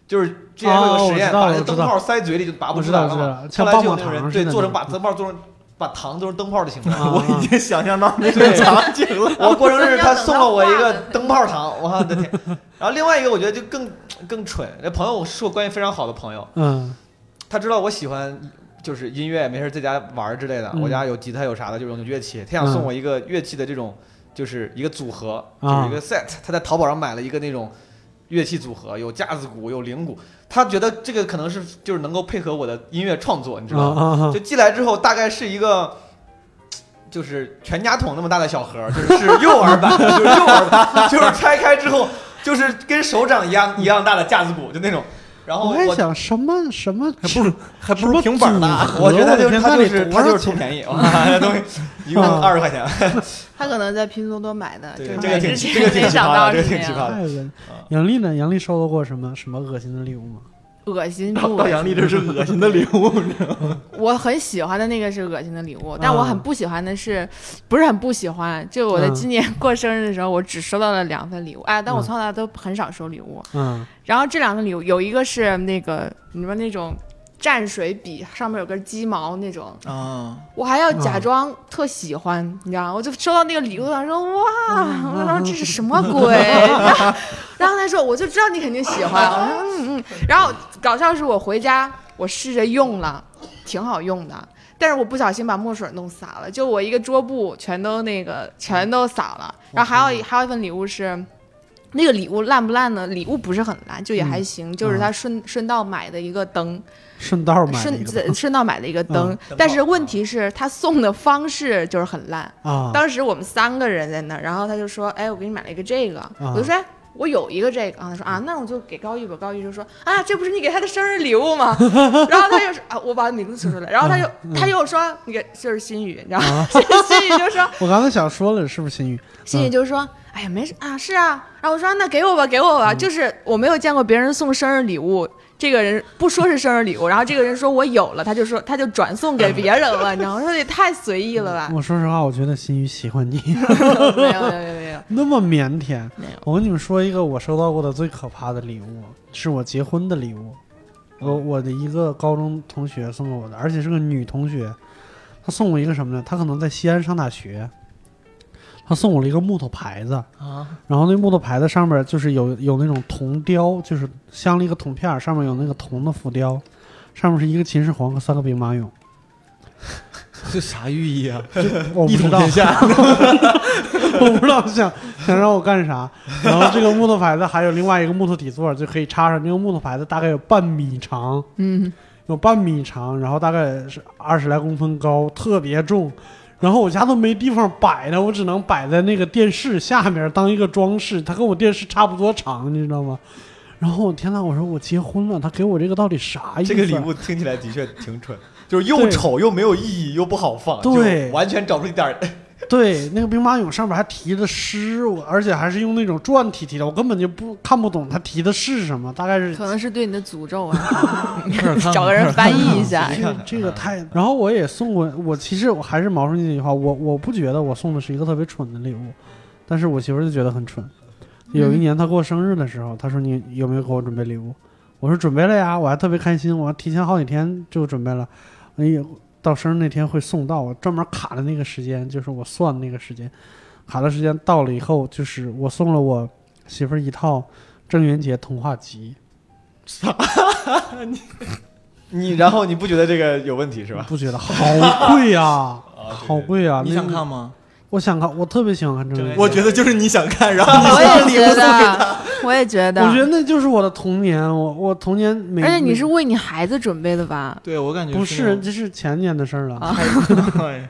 C: 就是之前会
A: 哦
C: 有
A: 我
C: 实验，
A: 知道
C: 把
A: 我
C: 那
A: 知道
C: 灯泡塞嘴里就拔不
A: 我
C: 出
A: 知
C: 来
A: 道，知
C: 了嘛。
A: 道，
C: 后
A: 像
C: 来
A: 棒
C: 就
A: 棒
C: 有那种
A: 糖
C: 人
A: 似
C: 对
A: 的
C: 做成
A: 那
C: 把灯泡做成把糖做成灯泡的形
A: 种
C: (laughs) 状。
A: 啊
D: 我已经想象到那
C: 对
D: 个场景了。
C: (laughs) 我过生日，他送了我一个灯泡糖，我的天！然后另外一个我觉得就更更蠢，那朋友是我关系非常好的朋友，
A: 嗯
C: 他知道我喜欢就是音乐，没事在家玩儿之类的，
A: 嗯
C: 我家有吉他有啥的，就种乐器，他想送我一个乐器的这种就是一个组合，
A: 啊
C: 就是一个 set，他在淘宝上买了一个那种。乐器组合有架子鼓有铃鼓，他觉得这个可能是就是能够配合我的音乐创作，你知
A: 啊
C: 道吗？
A: 啊啊
C: 就寄来之后，大概是一个。就是全家桶那么大的小盒，就是是幼儿版 (laughs) 的，就是幼儿版，就是拆开之后，就是跟手掌一样一样大的架子鼓，就那种。然后
A: 我
C: 我
A: 还想什么什么
D: 还不如还不
A: 什么
D: 如平板儿大，
A: 组合
C: 啊我觉得
A: 我
C: 他
A: 的
C: 就
A: 天
C: 是他
A: 那
C: 就
A: 得
C: 是
A: 嗯多
C: 他
A: 少
C: 就是图便宜，哇，这东西一共
A: 啊
C: 二十块钱，
B: 他可能在拼多多买的，
C: 对
B: 就是
C: 这个
B: 买
C: 挺
B: 之
C: 这个
B: 前
C: 挺
B: 没
C: 奇
B: 想
C: 葩的
B: 到
C: 这个
B: 是
C: 挺
B: 那
C: 奇葩
B: 样
C: 的
A: 太恶
C: 啊
A: 杨丽呢？杨丽收到过什么什么恶心的礼物吗？
B: 恶心
D: 到 (laughs)
B: 不
D: (laughs) 到
B: 恶
D: 杨
B: 心？
D: 丽这是恶心的礼物，你知道吗
B: 我很喜欢的那个是恶心的礼物，但
A: 啊
B: 我很不喜欢的是，不是很不喜欢，就我在
A: 嗯
B: 今年过生日的时候，我只收到了两份礼物，哎，但我
A: 嗯
B: 从来都很少收礼物。
A: 嗯
B: 然后这两份礼物有一个是那个你们那种蘸水笔，上面有根鸡毛那种，
D: 啊，
B: 我还要假
A: 啊
B: 装特喜欢，你知道吗？我就收到那个礼物，我想说哇，
A: 嗯
B: 我
A: 嗯
B: 说
A: 嗯
B: 这是什么鬼？ (laughs) 然后然后他说我就知道你肯定喜欢，我说嗯嗯。然后搞笑的是我回家我试着用了，挺好用的，但是我不小心把墨水弄洒了，就我一个桌布全都那个全都洒了。
A: 嗯
B: 然后还有一还有一份礼物是。那个礼物烂不烂呢？礼物不是很烂，就也
A: 嗯
B: 还行，就是他顺顺道买的一个灯，
A: 顺道买了一
B: 顺
A: 个嗯
B: 顺道买的一个灯，
C: 灯
B: 但
C: 泡
B: 是问题是他送的方式就是很烂。
A: 啊
B: 当时我们三个人在那儿，然后他就说：“哎，我给你买了一个这个。
A: 嗯
B: 我就说：“哎，我有一个这个。”啊，他说：“啊，那我就给高玉吧。”高玉就说：“啊，这不是你给他的生日礼物吗？” (laughs) 然后他就说：“啊，我把名字说出来。”然后他就、
A: 嗯
B: 他又说：“那个就是心雨，你知道
A: 啊
B: (laughs) 吗？”心雨就说：“
A: 我刚才想说了，是不是心雨？嗯
B: 心雨就说：“哎呀，没事啊，是啊。”然后我说：“那给我吧，给我吧。就是我没有见过别人送生日礼物，这个人不说是生日礼物，然后这个人说我有了，他就说他就转送给别人了，你知道吗？我说也太随意了吧？
A: 我说实话，我觉得心雨喜欢你，
B: 没有，没有，没有，没有。
A: (laughs) 那么腼腆
B: 没有。
A: 我跟你们说一个我收到过的最可怕的礼物，是我结婚的礼物，我我的一个高中同学送给我的，而且是个女同学，她送我一个什么呢？她可能在西安上大学，她送我了一个木头牌子，
D: 啊，
A: 然后那木头牌子上面就是有有那种铜雕，就是镶了一个铜片儿，上面有那个铜的浮雕，上面是一个秦始皇和三个兵马俑。
D: (laughs) 这啥寓意啊？
A: 我不
D: 一
A: 知
D: 统
A: 道
D: 天，下，
A: (laughs) 我不知道想想让我干啥。然后这个木头牌子还有另外一个木头底座，就可以插上。那个木头牌子大概有半米长，
B: 嗯，
A: 有半米长，然后大概是二十来公分高，特别重。然后我家都没地方摆呢，我只能摆在那个电视下面当一个装饰。它跟我电视差不多长，你知道吗？然后我天呐，我说我结婚了，他给我这个到底啥意思？
C: 这个礼物听起来的确挺蠢，就是又
A: 对
C: 丑又没有意义又不好放，
A: 对
C: 就完全找不出一
A: (laughs)
C: 点儿
A: 对，那个兵马俑上面还提着诗，我而且还是用那种篆体提的，我根本就不看不懂他提的是什么，大概是
B: 可能是对你的诅咒 (laughs) 啊，
D: 看看
B: 找个 (laughs) 人翻译一
D: 啊
B: 下。
A: 这个这个太……然后我也送过，我其实我还是毛书记那句话，我我不觉得我送的是一个特别蠢的礼物，但是我媳妇儿就觉得很蠢。有一年她过生日的时候，她说：“你有没有给我准备礼物？”我说：“准备了呀，我还特别开心，我还提前好几天就准备了。”哎呦，到生日那天会送到，我专门卡了那个时间，就是我算的那个时间，卡了时间到了以后，就是我送了我媳妇儿一套郑渊洁童话集，
C: 你然后你不觉得这个有问题是吧？
A: 不觉得好贵呀、
C: 对
A: 好贵呀、
D: 啊你想
A: 那个
D: 看吗？
A: 我想看，我特别喜欢看郑渊洁。
D: 我觉得就是你想
B: (laughs)
D: 看，然后你
B: 我
D: 说
B: 也
D: 礼
B: 觉
D: 物送给
B: 得， (laughs) 我也觉得，
A: 我觉得那就是我的童年，我我童年每
B: 而且你是为你孩子准备的吧？
D: 对我感觉
A: 不
D: 是
A: 是这是前年的事儿了？
B: 啊
D: 那种， (laughs) 哎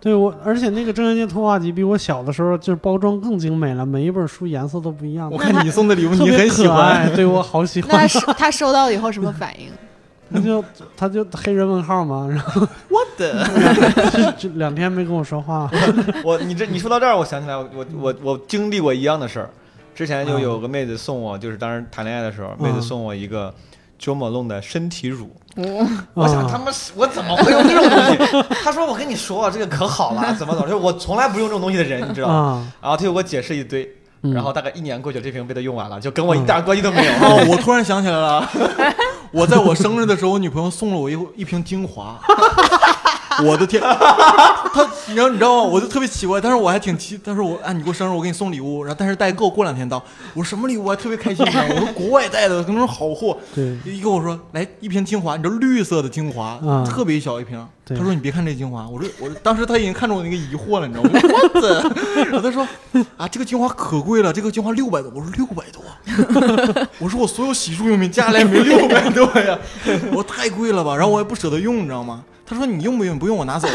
A: 对我，而且那个郑渊洁童话集比我小的时候就是包装更精美了，每一本书颜色都不一样
D: 我，看你送的礼物
A: 特
D: 你
A: 别
D: 很喜
A: 可
D: 欢，
A: 爱，对我好喜
B: (laughs) 那
A: 欢
B: 他。收他收到以后什么反应？
A: 他就他就黑人问号嘛，然后
D: 我的，
A: (laughs) 这这两天没跟我说话，
C: 我你这你说到这儿，我想起来我我我我经历过一样的事儿。之
A: 嗯
C: 前就有个妹子送我，就是当时谈恋爱的时候，妹子送我一个 Jo Malone 的身体乳。我想他
A: 啊
C: 妈是我怎么会用这种东西？她 (laughs) 说我跟你说啊，这个可好
A: (laughs)
C: 了，怎么怎么，就是我从来不用这种东西的人，你知道吗？
A: 啊，
C: 然后她又给我解释一堆，
A: 嗯
C: 然后大概一年过去了，这瓶被她用完了，就跟我一点关系都没有。
D: 哦，我突然想起来了，我在我生日的时候，我女朋友送了我一 (laughs) 一瓶精华。我的天，她，你知道你知道吗？我就特别奇怪，但是我还挺期。她说我啊，你过生日，我给你送礼物，然后但是代购过两天到。我说什么礼物啊？特别开心、啊。我说国外带的，那种好货。
A: 对
D: 一跟我说来一瓶精华，你知道绿色的精华，
A: 嗯
D: 特别小一瓶。
A: 对
D: 他说你别看这精华，我说我当时他已经看出我那个疑惑了，你知道吗？我说 what the？然后他说啊，这个精华可贵了，这个精华六百多。我说六百多， (laughs) 我说我所有洗漱用品加起来也没六百多呀， (laughs) 我说太贵了吧，然后我也不舍得用，你知道吗？他说你用不用？不用我拿走了。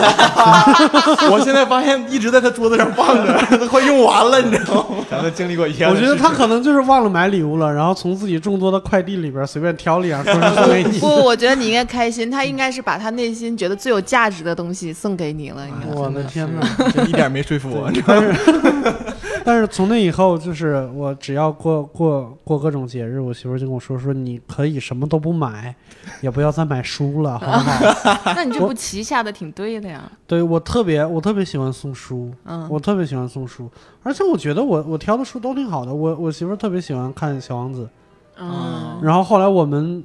D: (laughs) 我现在发现一直在他桌子上放着，他快用完了，你知道吗？
C: (laughs) 咱们经历过一样
A: 我
C: 的
A: 觉
C: 事情，
A: 得他可能就是忘了买礼物了，然后从自己众多的快递里边随便挑了一样，说是送给你
B: 不，。我觉得你应该开心，他应该是把他内心觉得最有价值的东西送给你了。应该
A: 我的天哪！
D: 这一点没说服 (laughs) 我，你知道吗
A: (laughs) 但是，但是从那以后，就是我只要过过过各种节日，我媳妇儿就跟我说说，你可以什么都不买，也不要再买书了，好
B: 啊
A: 不好？
B: (laughs) 那你这步棋下的挺对的呀。
A: 对我特别，我特别喜欢送书，
B: 嗯，
A: 我特别喜欢送书，而且我觉得我我挑的书都挺好的。我我媳妇儿特别喜欢看《小王子》，
B: 嗯，
A: 然后后来我们。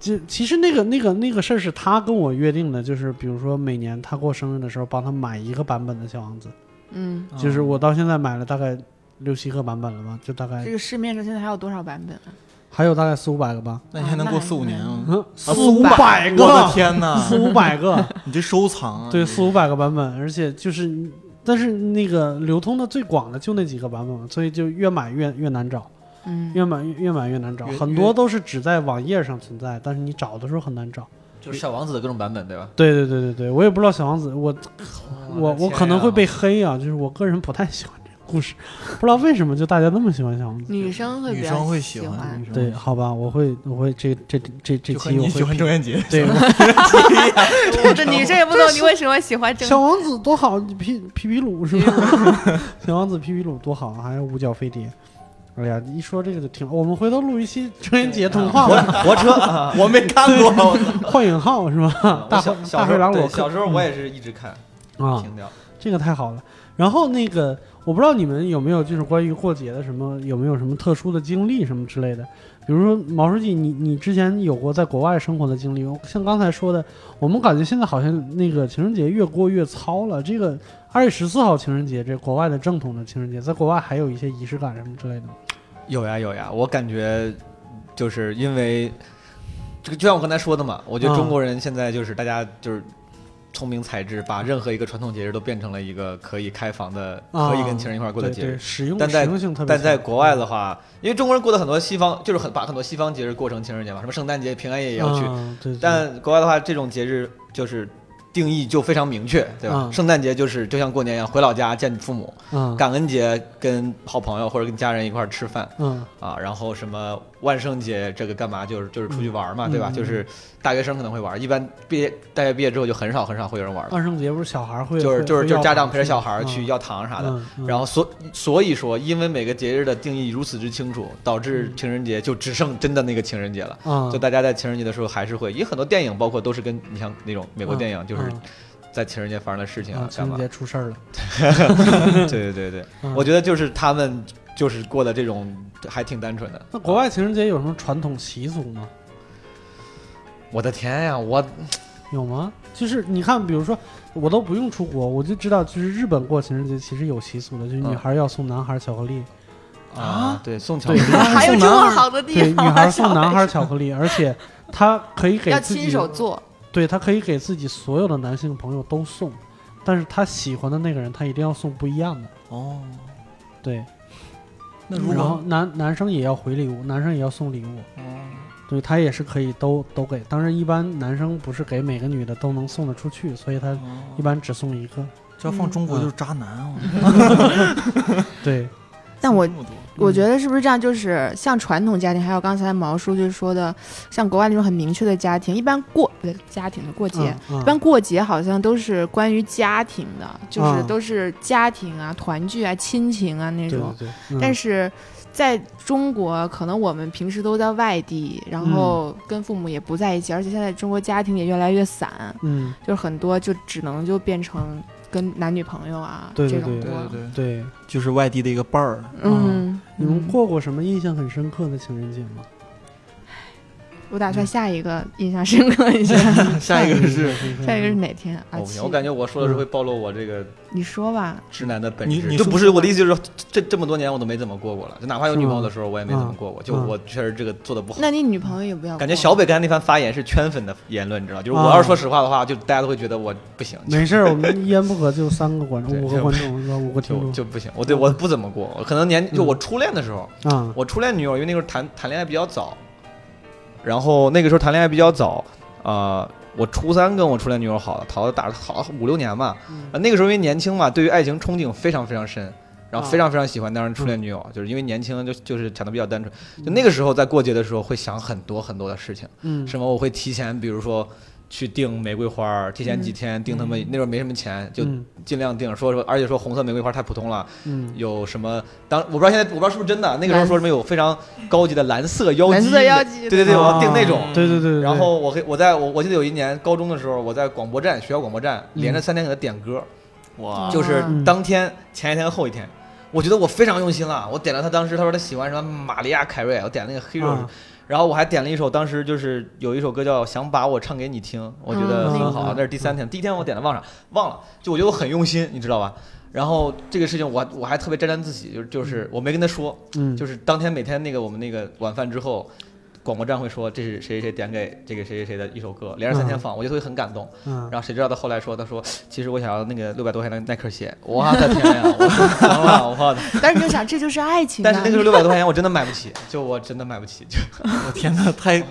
A: 就其实那个那个那个事儿是她跟我约定的，就是比如说每年她过生日的时候，帮她买一个版本的《小王子》，
B: 嗯，
A: 就是我到现在买了大概六七个版本了吧，就大概
B: 这个市面上现在还有多少版本啊？
A: 还有大概四五百个吧。
D: 啊那你还能过四五年啊？
A: 嗯，四
B: 四
A: 五
B: 五
A: 百
D: 我的
A: 个，
D: 天 (laughs) 哪！
A: (laughs) 四五百个，
D: 你这收藏啊？
A: 啊对，
D: 你
A: 四五百个版本，而且就是你，但是那个流通的最广的就那几个版本嘛，所以就越买越越难找，
B: 嗯，
A: 越买越越买越难找，
D: 越
A: 很多都是只在网页上存在，但是你找的时候很难找。
C: 就是小王子的各种版本，对吧？
A: 对对对对对，我也不知道小王子，我我
C: 啊
A: 我可能会
C: (laughs)
A: 被
C: 被
A: 黑啊，就是我个人不太喜欢这个故事， (laughs) 不知道为什么就大家那么喜欢小王子。
B: 女生会比
D: 女
B: 较
D: 生会
B: 喜
D: 喜欢，女生
A: 对，
D: 会喜欢
A: 好吧，我会我会这这这这
D: 就和
A: 期我
D: 你喜欢郑
A: 会。
D: 渊洁，
A: 对，我
B: 我这
A: (laughs)
B: 女生也不懂你为什么喜欢这
A: 小
B: 个。
A: 王子多好，你皮皮皮鲁是吧？小王子皮皮鲁多好，还有五角飞碟。哎呀，一说这个就挺……我们回头录一期郑渊洁童话
C: (laughs)
A: 吧，
C: 火车啊。
D: 我没看过，我
A: 幻影号是吧？大灰
C: 我小
A: 大
C: 小
A: 灰
C: 时
A: 狼
C: 候
A: 裸
C: 对，
A: 克
C: 小时候我也是一直看，
A: 啊，
C: 停掉。
A: 这个太好了。然后那个，我不知道你们有没有就是关于过节的什么，有没有什么特殊的经历什么之类的？比如说毛书记，你你之前有过在国外生活的经历吗？像刚才说的，我们感觉现在好像那个情人节越过越糙了。这个二月十四号情人节，这国外的正统的情人节，在国外还有一些仪式感什么之类的吗？
C: 有呀有呀，我感觉就是因为这个，就像我刚才说的嘛，我觉得
A: 嗯
C: 中国人现在就是大家就是聪明才智，把任何一个传统节日都变成了一个可以开房的、
A: 啊
C: 可以跟情人一块儿过的
A: 对
C: 节
A: 对，
C: 日。
A: 实用
C: 但在
A: 实用性特别
C: 但
A: 强。嗯
C: 在国外的话，因为中国人过的很多西方，就是很把很多西方节日过成情人节嘛，什么圣诞节、平安夜也要去。
A: 嗯对对
C: 但国外的话，这种节日就是定义就非常明确，对吧？
A: 嗯
C: 圣诞节就是就像过年一样，回老家见父母；
A: 嗯
C: 感恩节跟好朋友或者跟家人一块儿吃饭，
A: 嗯
C: 啊，然后什么万圣节这个干嘛？就是就是出去玩儿嘛，
A: 嗯
C: 对吧？
A: 嗯
C: 就是大学生可能会玩儿，一般毕业大学毕业之后就很少很少会有人玩儿了，
A: 万圣节不是小孩嗯会
C: 就是
A: 会
C: 就是
A: 会
C: 就是
A: 要
C: 家长
A: 糖
C: 陪着
A: 吃
C: 小孩儿
A: 嗯
C: 去要糖啥的。
A: 嗯嗯
C: 然后所所以说，因为每个节日的定义如此之清楚，导
A: 嗯
C: 致情人节就只剩真的那个情人节了。
A: 啊
C: 就大家在情人节的时候还是会，因为很多电影包括都是跟你像那种美国电影，就是
A: 嗯
C: 在情人节发生的事情
A: 啊，情
C: 干
A: 人
C: 嘛？
A: 节出事儿了，
C: 对 (laughs) 对对对，
A: 嗯
C: 我觉得就是他们就是过的这种还挺单纯的。啊
A: 那国外情人节有什么传统习俗吗？
C: 我的天呀，我
A: 有吗？就是你看，比如说，我都不用出国，我就知道，就是日本过情人节其实有习俗的，就是女
C: 嗯
A: 孩要送男孩巧克
B: (laughs)
A: 力，
C: 啊，对，宋巧
A: 对，女
C: (laughs)
A: 孩
B: 还有
D: 送
B: 这
D: 男
B: 么
D: 孩
B: 好的地
A: 对，女
B: 方啊， (laughs)
A: 孩送
B: 小
A: 男
B: 北
A: 孩巧克力，而且她可以给
B: 要
A: 自
B: 亲
A: 己，
B: 手做，
A: 对她可以给自己所有的男性朋友都送，但是她喜欢的那个人，她一定要送不一样的。
D: 哦，
A: 对，
D: 那如
A: 然
D: 果
A: 后男男生也要回礼物，男生也要送礼物，
B: 嗯
D: 哦
A: 对他也是可以都都给。当然，一般男生不是给每个女的都能送得出去，所以他
D: 哦
A: 一般只送一个。
D: 这要放中国就是渣男啊！
A: 对，
B: 但我
D: 这么多
B: 我觉得是不是这样？就是像传统家庭，还有刚才毛书记说的，像国外那种很明确的家庭，一般过不对家庭的过节，
A: 嗯
B: 一般过节好像都是关于家庭的，就是
A: 嗯
B: 都是家庭啊、团聚啊、亲情啊那
A: 对
B: 种
A: 对。对，嗯
B: 但是在中国，可能我们平时都在外地，然
A: 嗯
B: 后跟父母也不在一起，而且现在中国家庭也越来越散，
A: 嗯，
B: 就是很多就只能就变成跟男女朋友啊
A: 对对
B: 这种
A: 对
D: 对
B: 多。
D: 对对，
A: 嗯对，
D: 就是外地的一个伴儿，
B: 嗯，
A: 你们
B: 嗯
A: 过过什么印象很深刻的情人节吗？
B: 我打
A: 嗯
B: 算下一个印象深刻
A: (laughs)
B: 一些，
D: 下一个是
A: 下一个
B: 下一个是哪天啊？
C: 哦我不
B: 七
C: 行，我感觉我说的是会暴露我这个
B: 你说吧，
C: 直男的本
D: 你
C: 质。
D: 你
C: 就
D: 说
C: 不是我的意思，就是说这这么多年我都没怎么过过了，就哪怕有
A: 是
C: 女
A: 吗
C: 朋友的时候，我也没怎么
A: 嗯
C: 过过。就
A: 嗯
C: 我确实这个做的不好。
B: 那你女朋友也不要
C: 感觉
B: 过
C: 小北刚才那番发言是圈粉的言论，你知道？就是我
A: 啊
C: 要是说实话的话，就大家都会觉得我不行，就
A: 没事儿，我们一言不合就三个观众，
C: 对
A: 五个观众是吧？五个听嗯
C: 就
A: 众
C: 就不行。我对我不怎么过，我可能年就我初恋的时候，
A: 啊，
C: 我初恋女友因为那个时候谈谈恋爱比较早，然后那个时候谈恋爱比较早，呃，我初三跟我初恋女友好了，好了打好了五六年吧、
A: 嗯
C: 呃那个时候因为年轻嘛，对于爱情憧憬非常非常深，然后
A: 啊
C: 非常非常喜欢当时初恋女友，就是因为年轻就就是想的比较单纯，就那个时候在过节的时候会想很多很多的事情，
A: 嗯
C: 什么我会提前比如说。去订玫瑰花儿，提前几天订他们、那时候没什么钱，就
A: 嗯
C: 尽量订。说说，而且说红色玫瑰花太普通了，
A: 嗯
C: 有什么？当我不知道现在我不知道是不是真的，那个时候说什么有非常高级的蓝色妖姬，
B: 蓝色妖姬
C: 对对对，我要订那
A: 啊
C: 种。
A: 对对对，对
C: 然后我给我在我我记得有一年高中的时候，我在广播站学校广播站
A: 嗯
C: 连着三天给他点歌，
D: 哇
B: 啊
C: 就是当天前一天后一天，我觉得我非常用心了，我点了他当时他说他喜欢什么玛利亚凯瑞，我点那个黑肉
A: 啊。
C: 然后我还点了一首，当时就是有一首歌叫《想把我唱给你听》，我觉得
A: 嗯
C: 很好
A: 嗯。
C: 那是第三天，第一天我点的忘了，忘了，就我觉得我很用心，你知道吧？然后这个事情我我还特别沾沾自喜，就是就是我没跟他说，
A: 嗯
C: 就是当天每天那个我们那个晚饭之后，广播站会说这是谁谁谁点给这个谁谁谁的一首歌，连着三天放，我就会很感动。
A: 嗯
C: 然后谁知道他后来说，他说其实我想要那个六百多块钱的耐克鞋，
A: (laughs)
C: 我的天呀，我疯了，我的！啊
B: 但是就想这就是爱情啊，
C: 但是那个时候六百多块钱我真的买不起，就我真的买不
A: (laughs)
C: 起，就
D: 我天哪，太太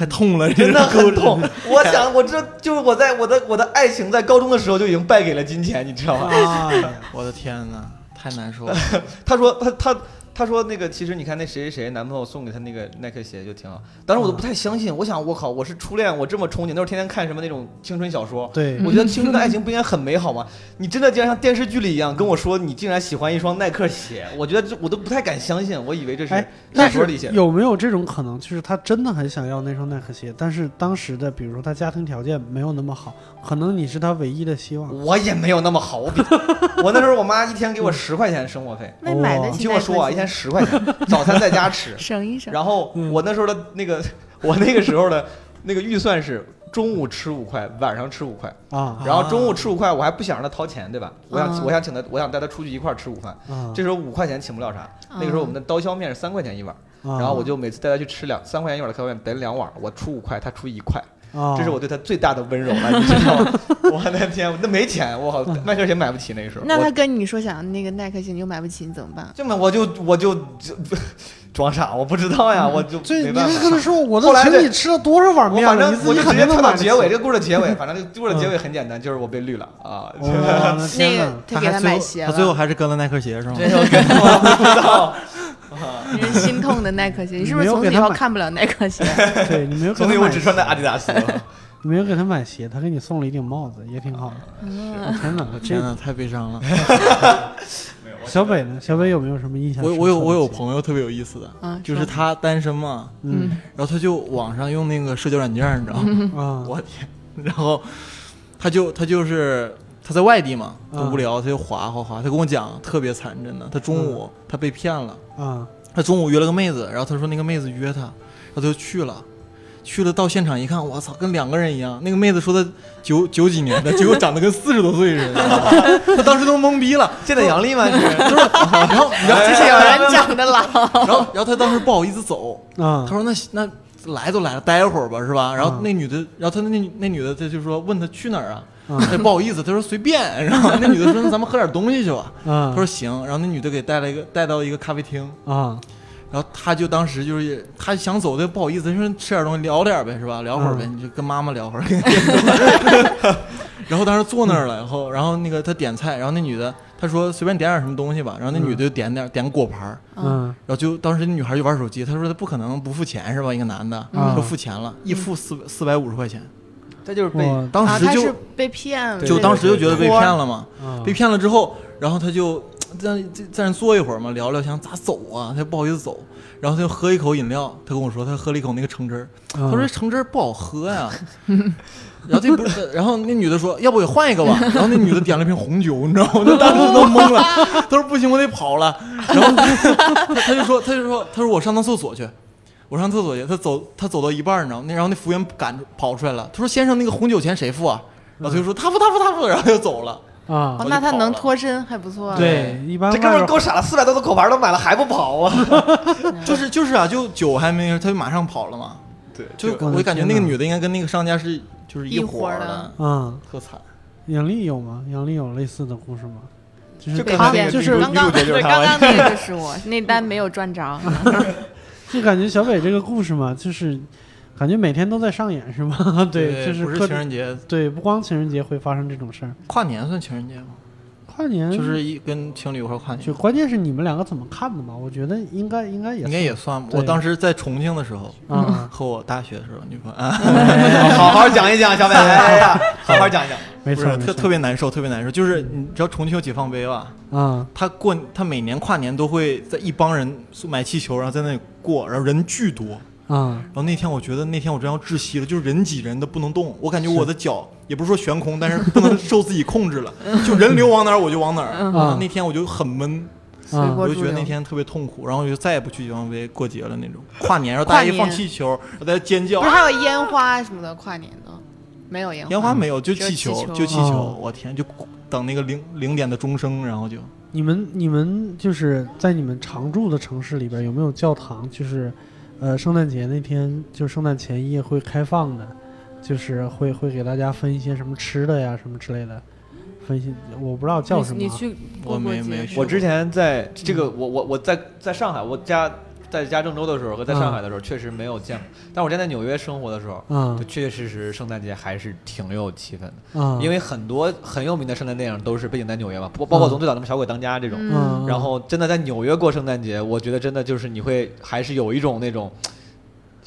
D: 太痛了，
C: 真的
D: 够
C: 很
A: (laughs)
C: 痛。我想，我这就是我在我的我的爱情在高中的时候就已经败给了金钱，你知道吗？
A: 哎呀
D: 我的天哪，太难受了。
C: 他说他他他说那个其实你看那谁谁谁男朋友送给他那个耐克鞋就挺好，当时
A: 嗯
C: 我都不太相信，我想我靠，我是初恋，我这么憧憬，那时候天天看什么那种青春小说。 (laughs)
A: 对，
C: 我觉得青春的爱情不应该很美好吗？你真的竟然像电视剧里一样跟我说你竟然喜欢一双耐克鞋，我觉得这我都不太敢相信，我以为这是
A: 哎
C: 小
A: 但
C: 说里写
A: 是
C: 的。
A: 有没有这种可能，就是他真的很想要那双耐克鞋，但是当时的比如说他家庭条件没有那么好，可能你是他唯一的希望。
C: 我也没有那么好，我比
A: (laughs)
C: 我那时候我妈一天给我十块钱生活费，
B: 那你买
A: 哦
B: 得
C: 你
B: 起？
C: 听我说啊，一天十块钱，早餐在家吃，
B: 省一省，
C: 然后我那时候的那个， (laughs) 我那个时候的那个预算是中午吃五块，晚上吃五块。
A: 啊
C: 然后中午吃五块，我还不想让他掏钱，对吧？我
B: 啊
C: 想我想请他，我想带他出去一块儿吃午饭。
A: 啊！
C: 这时候五块钱请不了
B: 啊
C: 啥，那个时候我们的刀削面是三块钱一碗，
A: 啊
C: 然后我就每次带他去吃两三块钱一碗的烤面，点两碗，我出五块，他出一块，
A: 啊，
C: 这是我对他最大的温柔了，你知道
A: (laughs)
C: 吗？我的天，那没钱，我好
A: 啊
C: 耐克鞋买不起那个时候。
B: 那
C: 我
B: 他跟你说想要那个耐克鞋，你又买不起，你怎么办？
C: 这么我就我就就 (laughs) 装傻，我不知道呀，我就
A: 这
C: 没
A: 你
C: 办
A: 就
C: 法。
A: 跟他
C: (laughs)
A: 说，我
C: 后
A: 都
C: 来
A: 请
C: 这
A: 你吃了多少碗
C: 我
A: 面
C: 反
A: 了，
C: 正
A: 你
C: 我
A: 自己
C: 就直
A: 肯
C: 接
A: 定能
C: 跳
A: 买
C: 到
A: 得
C: 结
A: 起 (laughs)
C: 尾，这个故事的结尾，反正这个故事的结尾很简单，就是我被绿了啊。
A: 我的天
B: (laughs)
A: 哪
B: 那个！他给
D: 还
B: 买
D: 最
B: 鞋
D: 后他最后
B: 了，
D: 还是跟了耐克鞋是吗？
C: 这首歌我不知道，
B: 人心痛的耐克鞋，你是不
A: 没
B: 是
A: 有
B: 从
A: 给
B: 此以
A: 他
B: 后
A: 买
B: 看不了耐克鞋？
A: 对你没
C: (laughs)
A: 有给
C: 从
A: 他
C: 此我
A: 买
C: 只
A: 鞋，
C: 穿的阿迪达斯了。 (laughs)
A: 你没有给他买鞋，他给你送了一顶帽子，也挺好的。我 (laughs) 天
C: 嗯
A: 哪，
D: 天
A: 这
D: 哪，太悲伤了。
A: 小北呢？小北有没有什么印象深刻
D: 我
A: 的节日？
D: 我有我有朋友特别有意思的，
B: 啊
D: 就是
B: 说
D: 他单身嘛，
A: 嗯
D: (laughs) 然后他就网上用那个社交软件儿，你知道吗？
A: 啊，
D: 我天！然后他就他就是他在外地嘛，
A: 嗯
D: 他无聊他就划划划，他跟我讲特别惨，真的，他中午他被骗了，
A: 啊
D: 他中午约了个妹子，然后他说那个妹子约他，然后他就去了。去了到现场一看，我操，跟两个人一样。那个妹子说她九九几年的，结果长得跟四十多岁似的， (laughs) 他当时都懵逼了。 (laughs)
C: 见到杨丽 (laughs) 吗？你是
D: 然后，然后，
B: 就是有人长得老，
D: 然后，然后他当时不好意思走，
A: 啊
D: 他说那那来都来了，待一会儿吧，是吧？然后
A: 嗯
D: 那女的，然后他那那女的，他就说问他去哪儿啊？
A: 嗯
D: 他不好意思，他说随便。然后那女的说那咱们喝点东西去吧。
A: 啊！
D: 他说行。然后那女的给带了一个带到一个咖啡厅，
A: 啊
D: 然后他就当时就是他想走，他不好意思，他说吃点东西聊点呗，是吧？聊会儿呗，
A: 嗯
D: 你就跟妈妈聊会儿。 (laughs) 然后当时坐那儿了，然后然后那个他点菜，然后那女的他说随便点点什么东西吧，然后那女的就点点点果盘儿。
A: 嗯
D: 然后就当时那女孩就玩手机，她说她不可能不付钱是吧？一个男的，
A: 嗯
D: 她付钱了，一付四四百五十块钱，
C: 他就是被
A: 我
D: (laughs) 当
B: 啊
D: 时
B: 他
D: 就是
B: 被骗了，
C: 对
D: 就当时就觉得被骗了嘛，
A: 啊
D: 被骗了之后，然后她就在在在那坐一会儿嘛，聊聊想咋走啊，她不好意思走，然后她就喝一口饮料，她跟我说她喝了一口那个橙汁儿，她说这橙汁儿不好喝呀。然后这不是，然后那女的说，要不也换一个吧。然后那女的点了瓶红酒，你知道吗？我当时都懵了，她说不行，我得跑了。然后 (laughs) 她她就说，她就说，她说我上趟厕所去，我上厕所去。她走，她走到一半儿，你知道吗？那然后那服务员赶跑出来了，她说先生，那个红酒钱谁付啊？然后她就说他付，他付，他付，然后就走了。
A: 啊
B: 哦，那他能脱身还不错。啊
A: 对，一般
C: 这哥们
A: 外
C: 儿
A: 边
C: 够傻了，四百多个口牌都买了还不跑啊？
D: 就是就是啊，就酒还没，她就马上跑了嘛。
C: (laughs) 对， (laughs)
D: 就
A: 我
D: 我
A: 的
D: 就感觉
A: 天
D: 那个
A: 哪
D: 女的应该跟那个商家是就是
B: 一伙
D: 伙
B: 儿
D: 儿
B: 的
D: 的，
A: 啊，
D: 特惨。
A: 杨丽有吗？杨丽有类似的故事吗？就是
C: 就
B: 被
C: 刚才
B: 骗
C: 那个
A: 就是
C: 女主
B: 刚刚
C: 女主角就是
B: 对
C: 他
B: 刚刚那个就是我那单没有赚着，啊
A: 就感觉小北这个故事嘛，就是感觉每天都在上演是吗？ (laughs) 对，就
D: 不是
A: 各
D: 情人节，
A: 对，不光情人节会发生这种事儿，
D: 跨年算情人节吗？
A: 跨年
D: 就是一跟情侣一块儿跨
A: 就
D: 年，
A: 关键是你们两个怎么看的嘛？我觉得应该应该也
D: 应该也算吧。
A: 对
D: 我当时在重庆的时候，
A: 啊，
D: 和我大学的时候女朋友，啊，
C: 好好讲一讲， (laughs) 小北，哎呀，好好讲一讲。
A: 没
D: 不
A: 错
D: 是
A: 没
D: 特
A: 错，嗯
D: 特别难受，特别难受。就是你知道重庆有解放碑吧？
A: 啊
D: 他过他每年跨年都会在一帮人买气球，然后在那里过，然后人巨多。
A: 啊
D: 然后那天我觉得那天我真要窒息了，就是人挤人的不能动，我感觉我的脚也不是说悬空，但是不能受自己控制了，就人流往哪儿我就往哪儿。
B: 嗯
D: 然后那天我就很闷，
B: 随
A: 啊
D: 我
B: 波
D: 就
B: 逐
D: 觉得那
B: 流。
D: 天特别痛苦，然后我就再也不去解放碑过节了那种。跨年，然后
B: 跨
D: 大家一
B: 年
D: 放气球，然后大家尖叫
B: 不是，还有烟花什么的，跨年的没有烟花，
D: 烟花没有，
B: 嗯
D: 就
B: 只有
D: 气球
B: 气球，嗯
D: 就气
A: 哦
D: 球。我天，就等那个零零点的钟声，然后就
B: 嗯
A: 你们你们就是在你们常住的城市里边有没有教堂？就是，呃，圣诞节那天，就圣诞前一夜会开放的，就是会会给大家分一些什么吃的呀，什么之类的，分析我不知道叫什么
B: 你
A: 啊。
B: 你去
D: 我没没
B: 去
D: 去
C: 我之前在这个，我我我在在上海，我家在家郑州的时候和在上海的时候确实没有见过，但我之前在纽约生活的时候，
A: 啊
C: 就确确实实圣诞节还是挺有气氛的，
A: 啊，
C: 因为很多很有名的圣诞电影都是背景在纽约嘛，包包括《总队长》那么《小鬼当家》这种，
A: 嗯，
C: 然后真的在纽约过圣诞节，我觉得真的就是你会还是有一种那种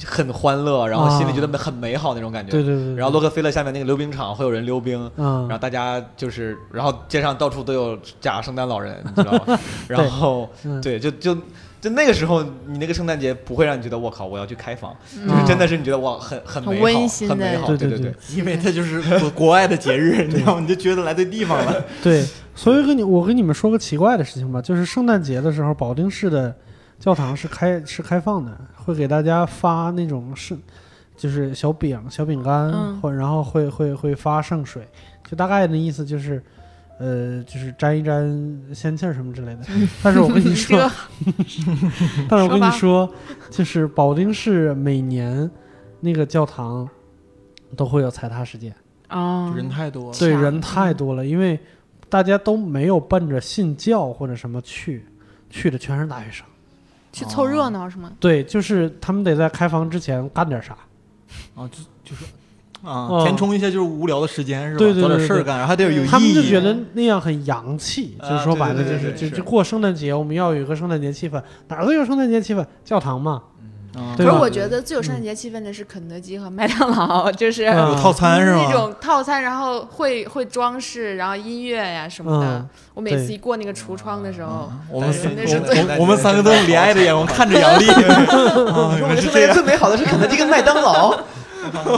C: 很欢乐，然后心里觉得很美好那种感觉。
A: 对对对，
C: 然后洛克菲勒下面那个溜冰场会有人溜冰。
A: 啊
C: 然后大家就是，然后街上到处都有假圣诞老人，你知道吗？ (laughs) 然后
A: 嗯
C: 对，就就就那个时候，你那个圣诞节不会让你觉得我靠，我要去开房，
B: 嗯
C: 就是真的是你觉得哇，很很
B: 很
C: 美好，
B: 温馨
C: 很美
B: 的
C: 好，
A: 对
C: 对
A: 对
C: 对。
D: 因为它就是国国外的
B: (laughs)
D: 节日，你知道吗？你就觉得来对地方了。
A: 对，所以跟你我跟你们说个奇怪的事情吧，就是圣诞节的时候，保定市的教堂是开是开放的，会给大家发那种圣，就是小饼、小饼干，
B: 嗯
A: 或然后会会会发圣水，就大概的意思就是，呃，就是沾一沾仙气儿什么之
B: (laughs)
A: 类的。但是我跟你
B: 这
A: 说
B: 个，
A: (laughs) 但是我跟你
B: 说
A: 说，就是保定市每年那个教堂都会有踩踏事件。
B: 啊，
D: 人太多了，
A: 对，
B: 吓
A: 人
B: 人
A: 太
D: 嗯
A: 多了，因为大家都没有奔着信教或者什么去，去的全是大学生。
B: 去凑热
D: 哦
B: 闹是吗？
A: 对，就是他们得在开房之前干点啥。
D: 啊，就就是
A: 哦
D: 啊，填充一下就是无聊的时间是吧？
A: 对对
D: 找点
A: 对
D: 事
A: 对
D: 儿干，然后还得有有意义。
A: 他们就觉得那样很洋气，
D: 啊
A: 就是说
D: 对
A: 白了
D: 对
A: 就
D: 对
A: 是
D: 对
A: 就
D: 对
A: 就过圣诞节，我们要有一个圣诞节气氛，哪儿都有圣诞节气氛，教堂
D: (laughs)
A: 嘛，
D: 啊
A: 对
B: 可
A: 吧
B: 是我觉得最有圣诞节气氛的是肯德基和麦当劳， (laughs) 就是
A: 啊
D: 有套餐是
B: 嗯那
D: 吗？
B: 种套餐，然后会会装饰，然后音乐呀什么的
A: 嗯。
B: 我每次一过那个橱窗的时候，
D: 我们三
B: 对
D: 我
B: 那是
D: 们我们三个都用怜爱的眼光看着杨丽， (laughs) 啊，原来
C: (laughs)
D: 是这样。
C: 最美好的是肯德基跟麦当劳，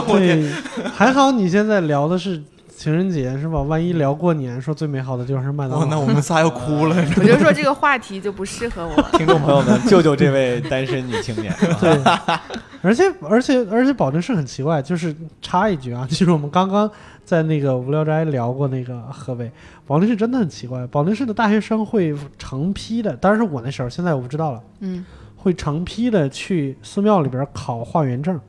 A: 对，还好你现在聊的是情人节是吧？万一聊过年，说最美好的就是麦当
D: 哇，
A: 劳。
D: 哦那我们仨要哭了。
B: 我就说这个话题就不适合
D: (laughs)
B: 我。
C: 听 (laughs) 众朋友们，救救这位单身女青 (laughs) 年！
A: (laughs) 对，而且而且而且，保证是很奇怪。就是插一句啊，就是我们刚刚在那个无聊斋聊过那个河北保定市，真的很奇怪。保定市的大学生会成批的，当然是我那时候，现在我不知道了，
B: 嗯，
A: 会成批的去寺庙里边考化缘证。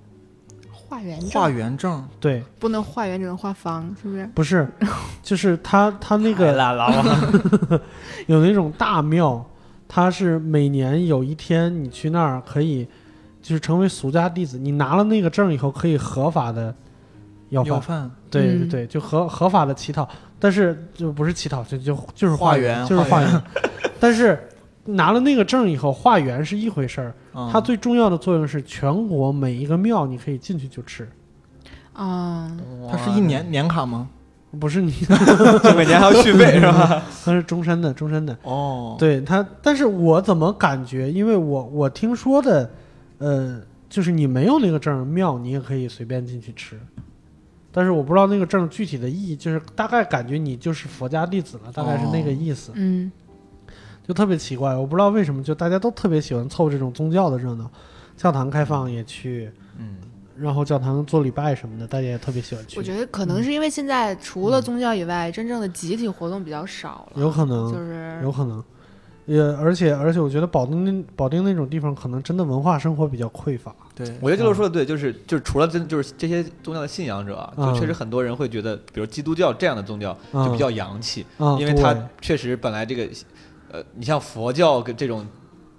B: 化缘
D: (laughs) 化
B: 证
D: 缘证，
A: 对，
B: 不能化缘，只能化方，是不是？
A: 不是，就是他他那
D: 哎
A: 个
C: 啦啦，
A: 有那种大庙，它是每年有一天你去那儿可以，就是成为俗家弟子。你拿了那个证以后，可以合法的要
D: 要
A: 饭，
D: 饭，
A: 对对
B: 嗯
A: 对，就合合法的乞讨，但是就不是乞讨，就就就是
D: 化
A: 缘，
D: 缘
A: 就是
D: 化缘
A: 缘。但是拿了那个证以后，化缘是一回事儿，
D: (laughs) 嗯
A: 它最重要的作用是全国每一个庙你可以进去就吃，
B: 啊，
C: 嗯
D: 它是一年年卡吗？
A: 不是
D: (laughs)
A: 你，
C: 就每年还要续费是吧？
A: 它是终身的，终身的。
D: 哦，
A: 对他，但是我怎么感觉？因为我我听说的，呃，就是你没有那个证儿，庙你也可以随便进去吃，但是我不知道那个证儿具体的意义，就是大概感觉你就是佛家弟子了，大概是那
D: 哦
A: 个意思，
B: 嗯，
A: 就特别奇怪。我不知道为什么，就大家都特别喜欢凑这种宗教的热闹，教堂开放也去，
D: 嗯，
A: 然后教堂做礼拜什么的，大家也特别喜欢去。
B: 我觉得可能是因为现在除了宗教以外，真正的集体活动比较少了，
A: 有可能，
B: 就是
A: 有可能。也而且而且，我觉得保定那保定那种地方，可能真的文化生活比较匮乏。
D: 对，
C: 我觉得这六说的对，就是就是除了真就是这些宗教的信仰者啊，就
A: 嗯
C: 确实很多人会觉得，比如基督教这样的宗教
A: 嗯
C: 就比较洋气，
A: 啊，
C: 因为
A: 对
C: 它确实本来这个，呃，你像佛教跟这种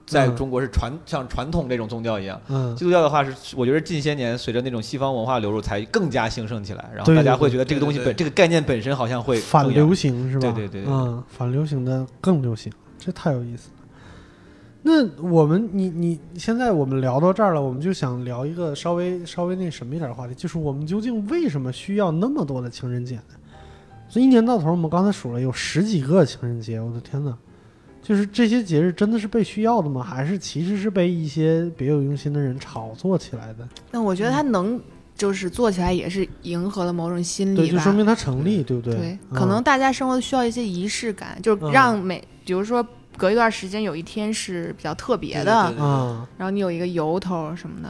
C: 在
A: 嗯
C: 中国是传像传统这种宗教一样。
A: 嗯
C: 基督教的话是，我觉得近些年随着那种西方文化流入，才更加兴盛起来。然后
A: 对
C: 大家
A: 对
C: 会
A: 对
C: 觉得这个东西
D: 对对
C: 本这个概念本身好像会
A: 反
C: 更洋
A: 流行是吧？
C: 对对对对对
A: 嗯，反流行的更流行，这太有意思了。那我们你你现在我们聊到这儿了，我们就想聊一个稍微稍微那什么一点的话题，就是我们究竟为什么需要那么多的情人节呢？这一年到头，我们刚才数了有十几个情人节，我的天呐！就是这些节日真的是被需要的吗？还是其实是被一些别有用心的人炒作起来的？
B: 那我觉得他能就是做起来也是迎合了某种心
A: 对，
B: 理
A: 就
B: 吧
A: 说。明它成立，对不对？
B: 对，
A: 嗯
B: 可能大家生活需要一些仪式感，就是
A: 嗯
B: 让每，比如说隔一段时间有一天是比较特别的，
D: 对对对
A: 啊，
B: 然后你有一个由头什么的。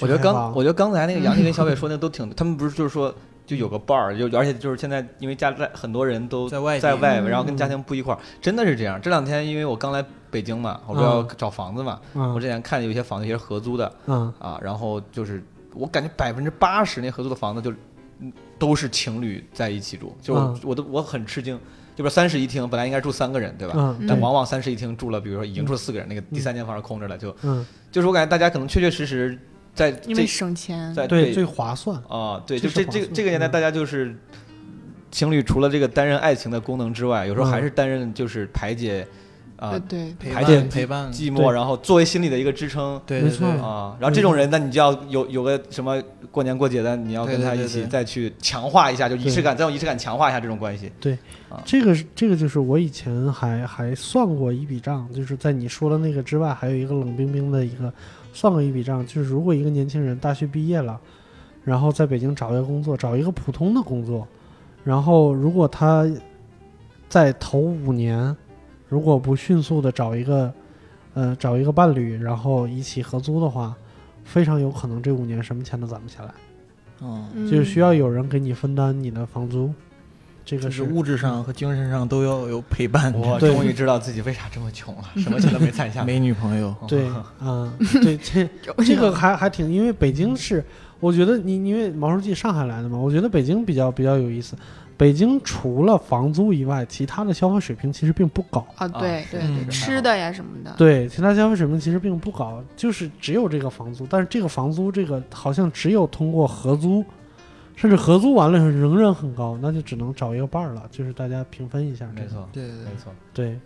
C: 我觉得
A: 去开
C: 刚
A: 发
C: 我觉得刚才那个杨丽跟小伟说那都挺，他们不是就是说就有个伴儿，就而且就是现在因为家在很多人都
D: 在外地
C: 在外，
B: 嗯
C: 然后跟家庭不一块儿，真的是这样。这两天因为我刚来北京嘛，
D: 嗯
C: 我不要找房子嘛，
A: 嗯
C: 我之前看有一些房子也是合租的
A: 嗯
C: 啊，然后就是我感觉百分之八十那合租的房子就嗯都是情侣在一起住，就我
A: 嗯
C: 我都我很吃惊，就比三室一厅本来应该住三个人对吧？
A: 嗯，
C: 但
A: 对
C: 往往三室一厅住了，比如说已经住了四个人，那个第三间房是空着的，就
A: 嗯，
C: 就是我感觉大家可能确确实实在
B: 因为
C: 这
B: 省钱，
C: 在
A: 对，最划算。
C: 啊，对，
A: 这
C: 就是这
A: 黄
C: 这个
A: 色
C: 这个年代，
A: 嗯
C: 大家就是情侣除了这个担任爱情的功能之外，有时候还
A: 嗯
C: 是担任就是排解
B: 呃
C: 啊
B: 对，
D: 陪
C: 排
D: 伴
C: 解
D: 陪伴，
C: 寂
A: 对嗯
C: 寞，然后作为心理的一个支撑
D: 对，
A: 没
D: 对
A: 错
D: 对
C: 啊。然后这种人，那你就要有有个什么过年过节的，你要
D: 对
C: 跟他
D: 对对
C: 一起
D: 对
C: 再去强化一下，就仪式
A: 对
C: 感，再用仪式感强化一下这种关系。
A: 这个是这个就是我以前还还算过一笔账，就是在你说的那个之外，还有一个冷冰冰的一个算过一笔账，就是如果一个年轻人大学毕业了，然后在北京找一个工作，找一个普通的工作，然后如果他在头五年，如果不迅速的找一个呃找一个伴侣，然后一起合租的话，非常有可能这五年什么钱都攒不下来。
D: 嗯，
B: 嗯
A: 就是
B: (laughs)
A: 需要有人给你分担你的房租，这个
D: 就是
A: 是
D: 物质上和精神上都要有陪伴。
A: 嗯
C: 我
A: 对
C: 终于知道自己为啥这么穷了，什么钱都没攒下。
D: 没女朋友，
A: 对，
C: (laughs)
A: 嗯，对，这这
B: 啊
A: 个还还挺，因为北京是，我觉得你因为毛书记上海来的嘛，我觉得北京比较比较有意思。北京除了房租以外，其他的消费水平其实并不高。
B: 啊，
C: 啊
B: 对对
D: 嗯
B: 对，吃的呀什么的，
A: 对，其他消费水平其实并不高，就是只有这个房租，但是这个房租这个好像只有通过合租，甚至合租完了以后仍然很高，那就只能找一个伴儿了，就是大家平分一下这
C: 没
A: 个。
C: 错，
D: 对
C: 没错。
A: 对，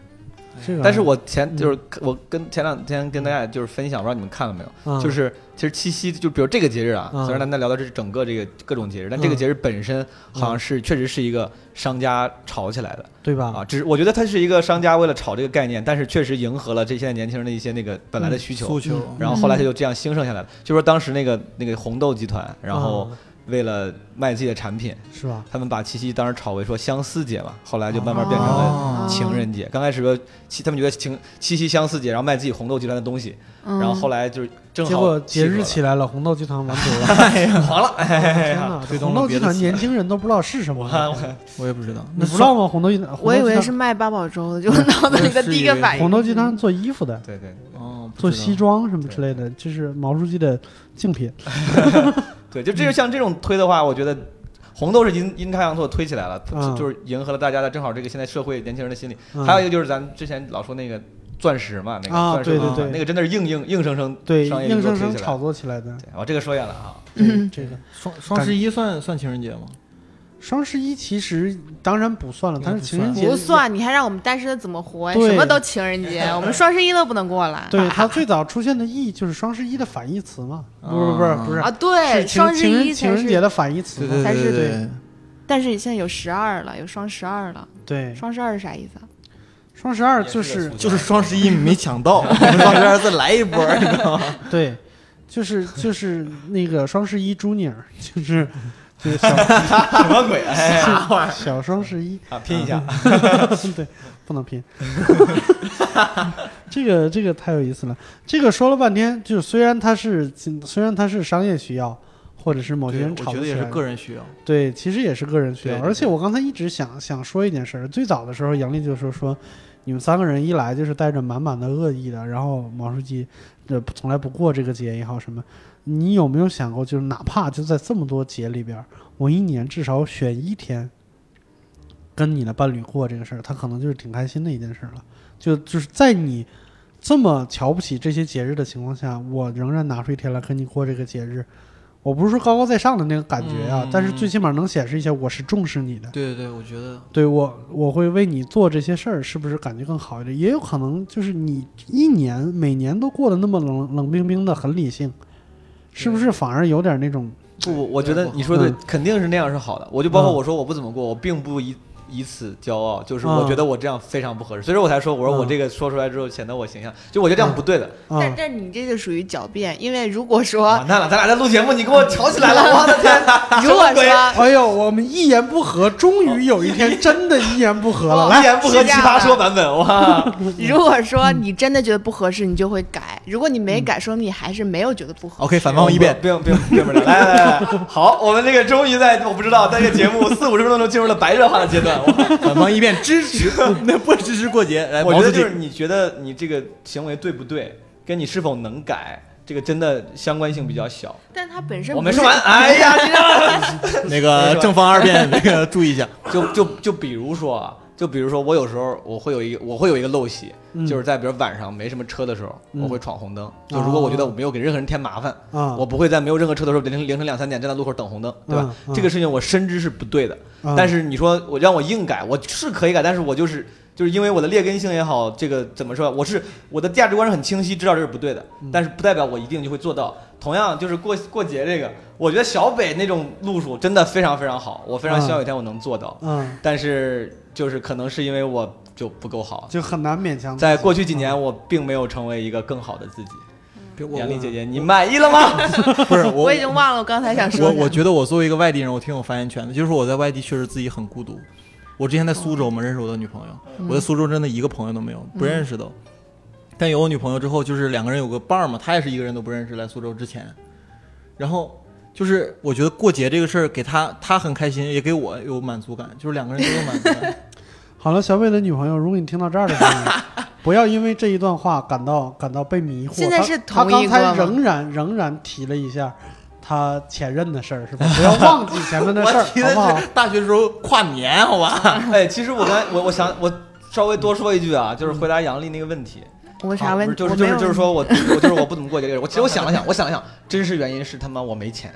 A: 这个。
C: 但是我前
A: 嗯
C: 就是我跟前两天跟大家就是分享，不知道你们看了没有？
A: 嗯
C: 就是其实七夕，就比如这个节日啊，
A: 嗯
C: 虽然咱在聊的这是整个这个各种节日，但这个
A: 嗯
C: 节日本身好像是确实是一个商家炒起来的
A: 对吧？
C: 啊，只是我觉得它是一个商家为了炒这个概念，但是确实迎合了这现在年轻人的一些那个本来的需求
A: 嗯
D: 诉，求嗯
C: 然后后来它就这样兴盛下来了。就说当时那个那个红豆集团，然后
A: 嗯
C: 为了卖自己的产品，
A: 是吧？
C: 他们把七夕当时炒为说相思节嘛，后来就慢慢变成了
D: 哦
C: 情人节。刚开始说七，他们觉得情七夕相思节，然后卖自己红豆集团的东西，
B: 嗯
C: 然后后来就是正好
A: 嗯结果节日
C: 契
A: 起来了，红豆集团完犊子了。
C: 合了黄了， (laughs) 哎
A: (laughs) 天
C: 呀，
A: 哪，
D: 推动
A: 红
D: 了
A: 豆
D: 别
A: 集
D: 的
A: 团
D: 词
A: 年轻人都不知道是什么
C: 我，看我看
D: 我也不知道，
A: 你不知道吗？红豆集团，
B: 我以为是
A: 红
B: 卖八宝粥
A: (laughs)
B: 的，就脑子里的第一个
A: 豆集团
B: 反应。
A: 红豆集团做衣服的，
C: 对对对
D: 哦，不
A: 做
D: 知道
A: 西装什么之类的，这是毛书记的竞品。
C: 对，就这就像这种推的话，我觉得。红豆是阴阴差阳错推起来了，
A: 嗯
C: 就是迎合了大家的正好这个现在社会年轻人的心理。
A: 嗯
C: 还有一个就是咱们之前老说那个钻石嘛，那个
A: 啊
C: 钻石
A: 对
C: 文
D: 对
C: 化
A: 对
C: 那个真的是硬硬硬生生
A: 对，
C: 商业
A: 硬
C: 运作
A: 生生
C: 推起来
A: 炒作起来的。
C: 对我这个说远了啊， (laughs)
A: 对这个
D: 双双十一算算情人节吗？
A: 双十一其实当然不算了，
D: 应该
A: 但是
D: 不
A: 情人节
B: 不算，你还让我们单身的怎么活呀？
A: 嗯对
B: 什么都情人节，我们双十一都不能过啊了。
A: 对它最早出现的意义就是双十一的反义词嘛？不是不是不是
B: 啊，，对，
A: 是
B: 双
A: 情情
B: 十一
A: 人
B: 才
A: 情人
B: 是
A: 节的反义词嘛？
B: 嗯才是
A: 对
B: 但是现在有十二了，有双十二了。
A: 对，
B: 双十二是啥意思啊？
A: 双十二
C: 也
A: 就是是
C: 个
D: 就是双十一没抢到，我们双十二再来一波，你 (laughs) 知道吗？
A: 对，就是就是那个双十一 Junior，就是就是
D: (laughs)
A: 小
C: 什么鬼？哎呀，
A: 小双十一， (laughs)
C: 啊，拼一下，
A: 嗯对，不能拼。 (laughs) 这个这个太有意思了。这个说了半天，就是虽然它是虽然它是商业需要，或者是某些
D: 对
A: 人
D: 我
A: 炒
D: 觉
A: 作
D: 得
A: 起
D: 也是
A: 来的
D: 个人需要，
A: 对，其实也是个人需要。
D: 对对
A: 而且我刚才一直想想说一件事儿，最早的时候，杨丽就说说，你们三个人一来就是带着满满的恶意的，然后毛书记呃从来不过这个节也好什么，你有没有想过，就是哪怕就在这么多节里边儿，我一年至少选一天跟你的伴侣过这个事儿，他可能就是挺开心的一件事儿了。就就是在你这么瞧不起这些节日的情况下，我仍然拿出一天来跟你过这个节日。我不是说高高在上的那个感觉啊，
D: 嗯
A: 但是最起码能显示一下我是重视你的。
D: 对对对，我觉得
A: 对我，我会为你做这些事儿，是不是感觉更好一点？也有可能就是你一年每年都过得那么冷冷冰冰的，很理性，是不是反而有点那种
C: 不，我我觉得你说的
A: 嗯
C: 肯定是那样是好的。我就包括
A: 嗯
C: 我说我不怎么过，我并不以以此骄傲，就是
A: 嗯
C: 我觉得我这样非常不合适，所以说我才说我说我
A: 嗯
C: 这个说出来之后显得我形象，就我觉得这样不对的。
A: 啊？
B: 但但你这就属于狡辩，因为如果说
C: 完蛋了，咱俩在录节目，你跟我吵起来了，我的天！
B: (laughs) 如果
C: 哦什么鬼
B: 说
A: 哎呦，我们一言不合，终于有一天真的一言不合了。
B: 哦
A: 来
C: 一，言不
B: 是
C: 合
B: 这
C: 奇
B: 样
C: 葩
B: 的
C: 说版本， (laughs) 哇！
B: 如果说
A: 嗯
B: 你真的觉得不合适，你就会改；如果你没改，说明你还是没有觉得不
A: 哦
B: 合适。
D: OK 反方一遍，
C: 并并并不是，来来来，来好，我们这个终于在我不知道，在这个节目四五十分钟中进入了白热化的阶段。哇
D: 反方一遍支 (laughs) 持，那不支持过节，来，
C: 我觉
D: 毛
C: 得
D: 主席
C: 就是你觉得你这个行为对不对，跟你是否能改，这个真的相关性比较小。
B: 但它本身
C: 我没
B: 不是 (laughs)
C: 说完，哎呀，你让
D: 那个正方二辩那个注意一下，
C: 就就就比如说啊，就比如说我有时候我会有一个我会有一个陋习，
A: 嗯
C: 就是在比如晚上没什么车的时候，
A: 嗯
C: 我会闯红灯。就如果我觉得我没有给任何人添麻烦，
A: 啊，
C: 哦我不会在没有任何车的时候凌凌晨两三点站在路口等红灯，对吧？
A: 嗯嗯
C: 这个事情我深知是不对的，
A: 啊
C: 但是你说我让我硬改，我是可以改，但是我就是就是因为我的劣根性也好，这个怎么说，我是我的价值观是很清晰，知道这是不对的，
A: 嗯
C: 但是不代表我一定就会做到。同样就是过过节这个，我觉得小北那种路数真的非常非常好，我非常希望有一天我能做到，
A: 嗯，
C: 但是就是可能是因为我就不够好，
A: 就很难勉强自己。
C: 在过去几年我并没有成为一个更好的自己。
D: 我
C: 杨丽姐姐，你满意了吗？
D: 不是我
B: 我已经忘了我刚才
D: (laughs)
B: 想说
D: 我
B: 啥
D: 我觉得我作为一个外地人，我挺有发言权的。就是我在外地确实自己很孤独。我之前在苏州嘛，认识我的女朋友，我在苏州真的一个朋友都没有，不认识都。但有我女朋友之后，就是两个人有个伴儿嘛，她也是一个人都不认识。来苏州之前，然后就是我觉得过节这个事儿给她，她很开心，也给我有满足感，就是两个人都有满足 (laughs) 感。
A: 好了，小北的女朋友，如果你听到这儿的话呢，不要因为这一段话感到感到被迷惑。
B: 现在是
A: 他他
B: 同
A: 刚
B: 一个
A: 才
B: 吗
A: 仍然仍然提了一下他前任的事儿，是吧？不要忘记前面的事儿，
D: 我提的
A: 好不好
D: 是？大学时候跨年，好 (laughs) 吧？
C: (laughs) 哎，其实我刚才我我想我稍微多说一句啊，就是回答杨丽那个问题，
B: 我嗯啥问题？
C: 啊就是
B: 我
C: 就
B: 没
C: 是
B: 有
C: 就是说我我就是我不怎么过节这个人。我其实我想了想，我想了想，真实原因是他妈我没钱。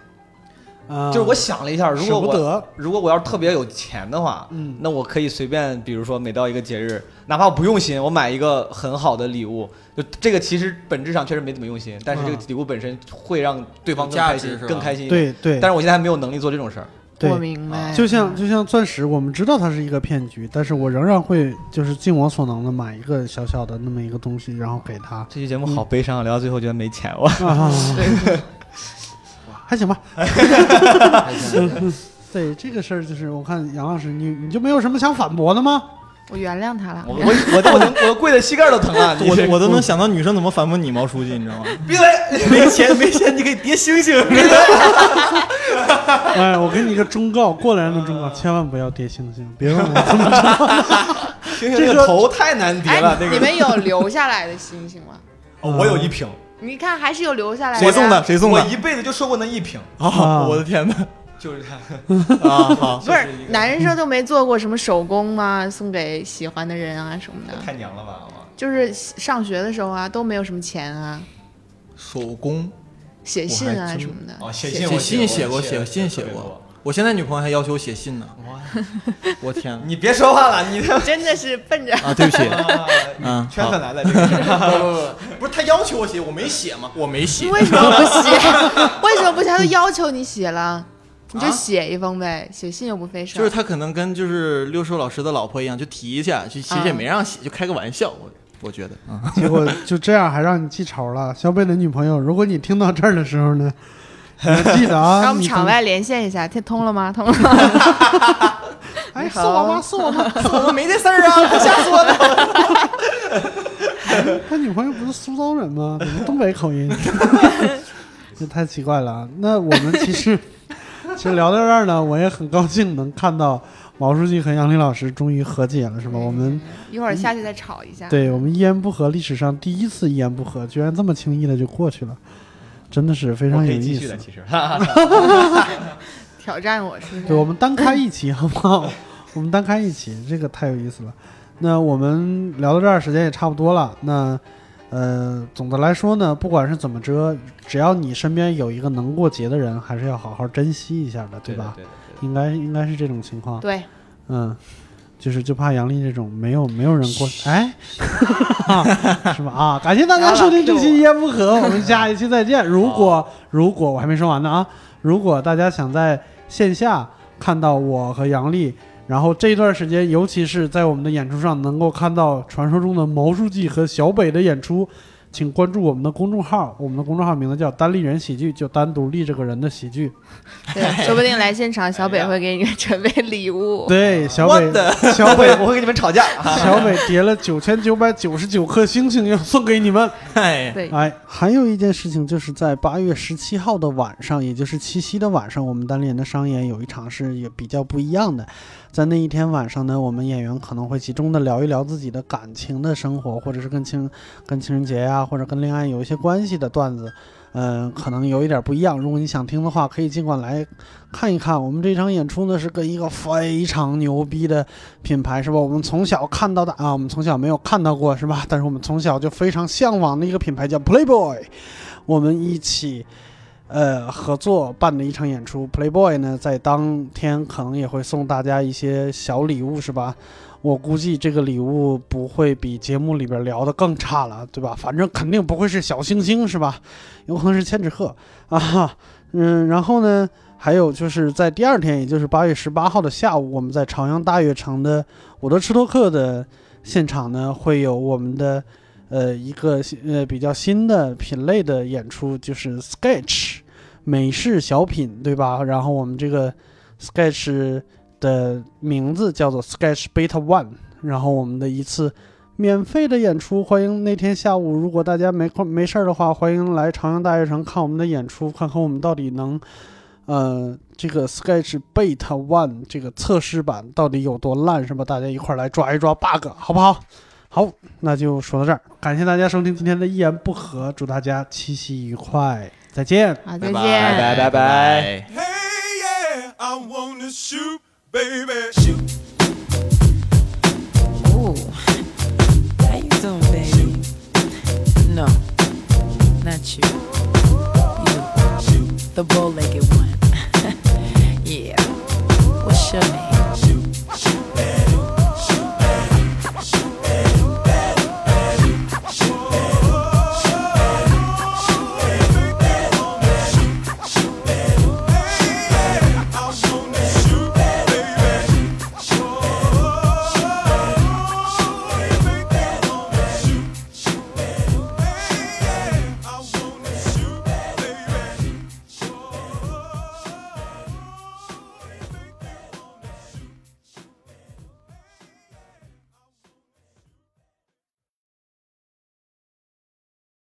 A: 啊
C: 就是我想了一下，如
A: 舍
C: 果
A: 不
C: 我
A: 得，
C: 如果我要是特别有钱的话，
A: 嗯
C: 那我可以随便，比如说每到一个节日，哪怕我不用心，我买一个很好的礼物，就这个其实本质上确实没怎么用心，但是这个
A: 嗯
C: 礼物本身会让对方更
D: 有价
C: 开
D: 值
C: 心
D: 是，吧
C: 更开心。，
A: 对对，
C: 但是我现在还没有能力做这种事儿。
A: 对啊
B: 我明白，嗯
A: 就像就像钻石，我们知道它是一个骗局，但是我仍然会就是尽我所能的买一个小小的那么一个东西，然后给他。
C: 嗯这期节目好悲伤，啊，聊到最后觉得没钱，我
A: 啊，
B: 对，
A: 还行吧。
D: 还行
A: 对这个事儿，就是我看杨老师，你你就没有什么想反驳的吗？
B: 我原谅他了
C: (laughs) 我。我我都我都我跪的膝盖都疼了，
D: (laughs)
C: 你
D: 我
C: 这
D: 我都
C: (laughs)
D: 能想到女生怎么反驳你毛书记，你知 (laughs) 道吗？
B: (laughs)
C: 闭嘴！
D: 没钱没钱，你可以叠星星。
A: 哎，我给你一个忠告，过来人的忠告，千万不要叠星星，别问我怎么
C: 星星这个头太难叠
B: 哎
C: 了，，那
B: 你
C: 个
B: 们有留下来的星星
C: (laughs)
B: 吗？
C: 哦我有一瓶，
B: 你看还是有留下来的。
D: 谁送的？？谁送
C: 我
D: 的？
C: 一辈子就收过那一瓶，
D: 啊！ (laughs) 我的天哪！
C: 就是
B: (laughs)
C: 它。
D: 啊，好，
B: 不是男生都没做过什么手工吗？送给喜欢的人啊什么的，
C: 太娘了吧！我
B: 就是上学的时候啊，都没有什么钱啊，
D: 手工
B: 写信
D: 我还
B: 啊
D: 真
B: 什么的。
C: 哦，写
B: 信
C: 信
D: 哎写
C: 我
D: 信写
C: 过，
D: 过，写信写
C: 特别
D: 过
C: 多。。
D: 我现在女朋友还要求我写信呢。
C: 哇
D: 我天
C: 你别说话了，你这
B: 真的是奔着
D: 啊！对不起，
C: 啊
D: 嗯
C: 圈粉来了，这个是
D: 不不不，不是他要求我写，我 (laughs) 没写嘛，我没
B: (laughs)
D: 写
B: 为什么不写？ (laughs) 为什么不写？他都要求你写了，你就写一封呗，写信又不费事儿。
D: 就是他可能跟就是六兽老师的老婆一样，就提一下，就其实也没让写，就开个玩笑，我我觉得啊，
A: 结果就这样还让你记仇了。小北的女朋友，如果你听到这儿的时候呢，你要记得啊，
B: 让我们
A: 你
B: 场
A: 跟
B: 外连线一下，他通了吗？通了吗？
A: 哎，是我吗？是我吗？
D: 我没这事儿啊，
A: (laughs)
D: 吓死我了。
A: 他女朋友不是苏州人吗？怎么东北口
D: (laughs)
A: 音？这太奇怪了啊。那我们其
D: (laughs)
A: 实其实聊到这儿呢，我也很高兴能看到毛书记和杨林老师终于和解了，是吧？我们
B: 一会儿下去再吵一下。
A: 嗯对我们一言不合，历史上第一次一言不合，居然这么轻易的就过去了，真的是非
C: 我
A: 常
C: 可
A: 有
C: 以继
A: 意
C: 续的，
A: 思。
C: 其实。
B: 挑战我是不
A: 对，
B: 是？
A: 我们单开一期好不好？ (laughs) 我们单开一期，这个太有意思了。那我们聊到这儿，时间也差不多了。那呃，总的来说呢，不管是怎么着，只要你身边有一个能过节的人，还是要好好珍惜一下的，
C: 对
A: 吧？
C: 对对
A: 应该应该是这种情况。
B: 对，
A: 嗯，就是就怕杨丽这种没有没有人过，哎，是吧？啊，感谢大家收听这期《一言不合》，我们下一期再见。如果如果我还没说完呢啊，如果大家想在线下看到我和杨丽。然后这段时间，尤其是在我们的演出上，能够看到传说中的毛书记和小北的演出，请关注我们的公众号。我们的公众号名字叫“单立人喜剧”，就单独立这个人的喜剧。
B: 对，说不定来现场，小北会给你准备礼物。
A: 对，小
C: 我
A: 北
C: 的，
A: 小
C: 我会
A: 北
C: 我会跟你们吵架。
A: (laughs) 小北叠了九千九百九十九颗星星，要送给你们。
D: 哎，
B: 对，
A: 哎，还有一件事情，就是在八月十七号的晚上，也就是七夕的晚上，我们单立人的商演有一场是也比较不一样的。在那一天晚上呢，我们演员可能会集中的聊一聊自己的感情的生活，或者是跟情 (laughs) 跟情人节呀、或者跟恋爱有一些关系的段子。嗯，可能有一点不一样。如果你想听的话，可以尽管来看一看。我们这场演出呢，是跟一个非常牛逼的品牌是吧？我们从小看到的啊，我们从小没有看到过是吧？但是我们从小就非常向往的一个品牌叫 Playboy，我们一起。呃，合作办的一场演出，Playboy 呢在当天可能也会送大家一些小礼物，是吧？我估计这个礼物不会比节目里边聊的更差了，对吧？反正肯定不会是小星星，是吧？有可能是千纸鹤啊，嗯，然后呢，还有就是在第二天，也就是八月十八号的下午，我们在朝阳大悦城的伍德吃托克的现场呢，会有我们的呃一个新呃比较新的品类的演出，就是 sketch 美式小品，对吧？然后我们这个 sketch 的名字叫做 sketch beta one，然后我们的一次。免费的演出，欢迎那天下午，如果大家没空没事儿的话，欢迎来朝阳大悦城看我们的演出，看看我们到底能呃，这个 Sketch Beta One 这个测试版到底有多烂，是吧？大家一块儿来抓一抓 bug，好不好？好，那就说到这儿，感谢大家收听今天的一言不合，祝大家七夕愉快，再见。
B: 好，再见。
D: 拜拜拜拜。
E: Hey, yeah, I wanna shoot, baby, shoot.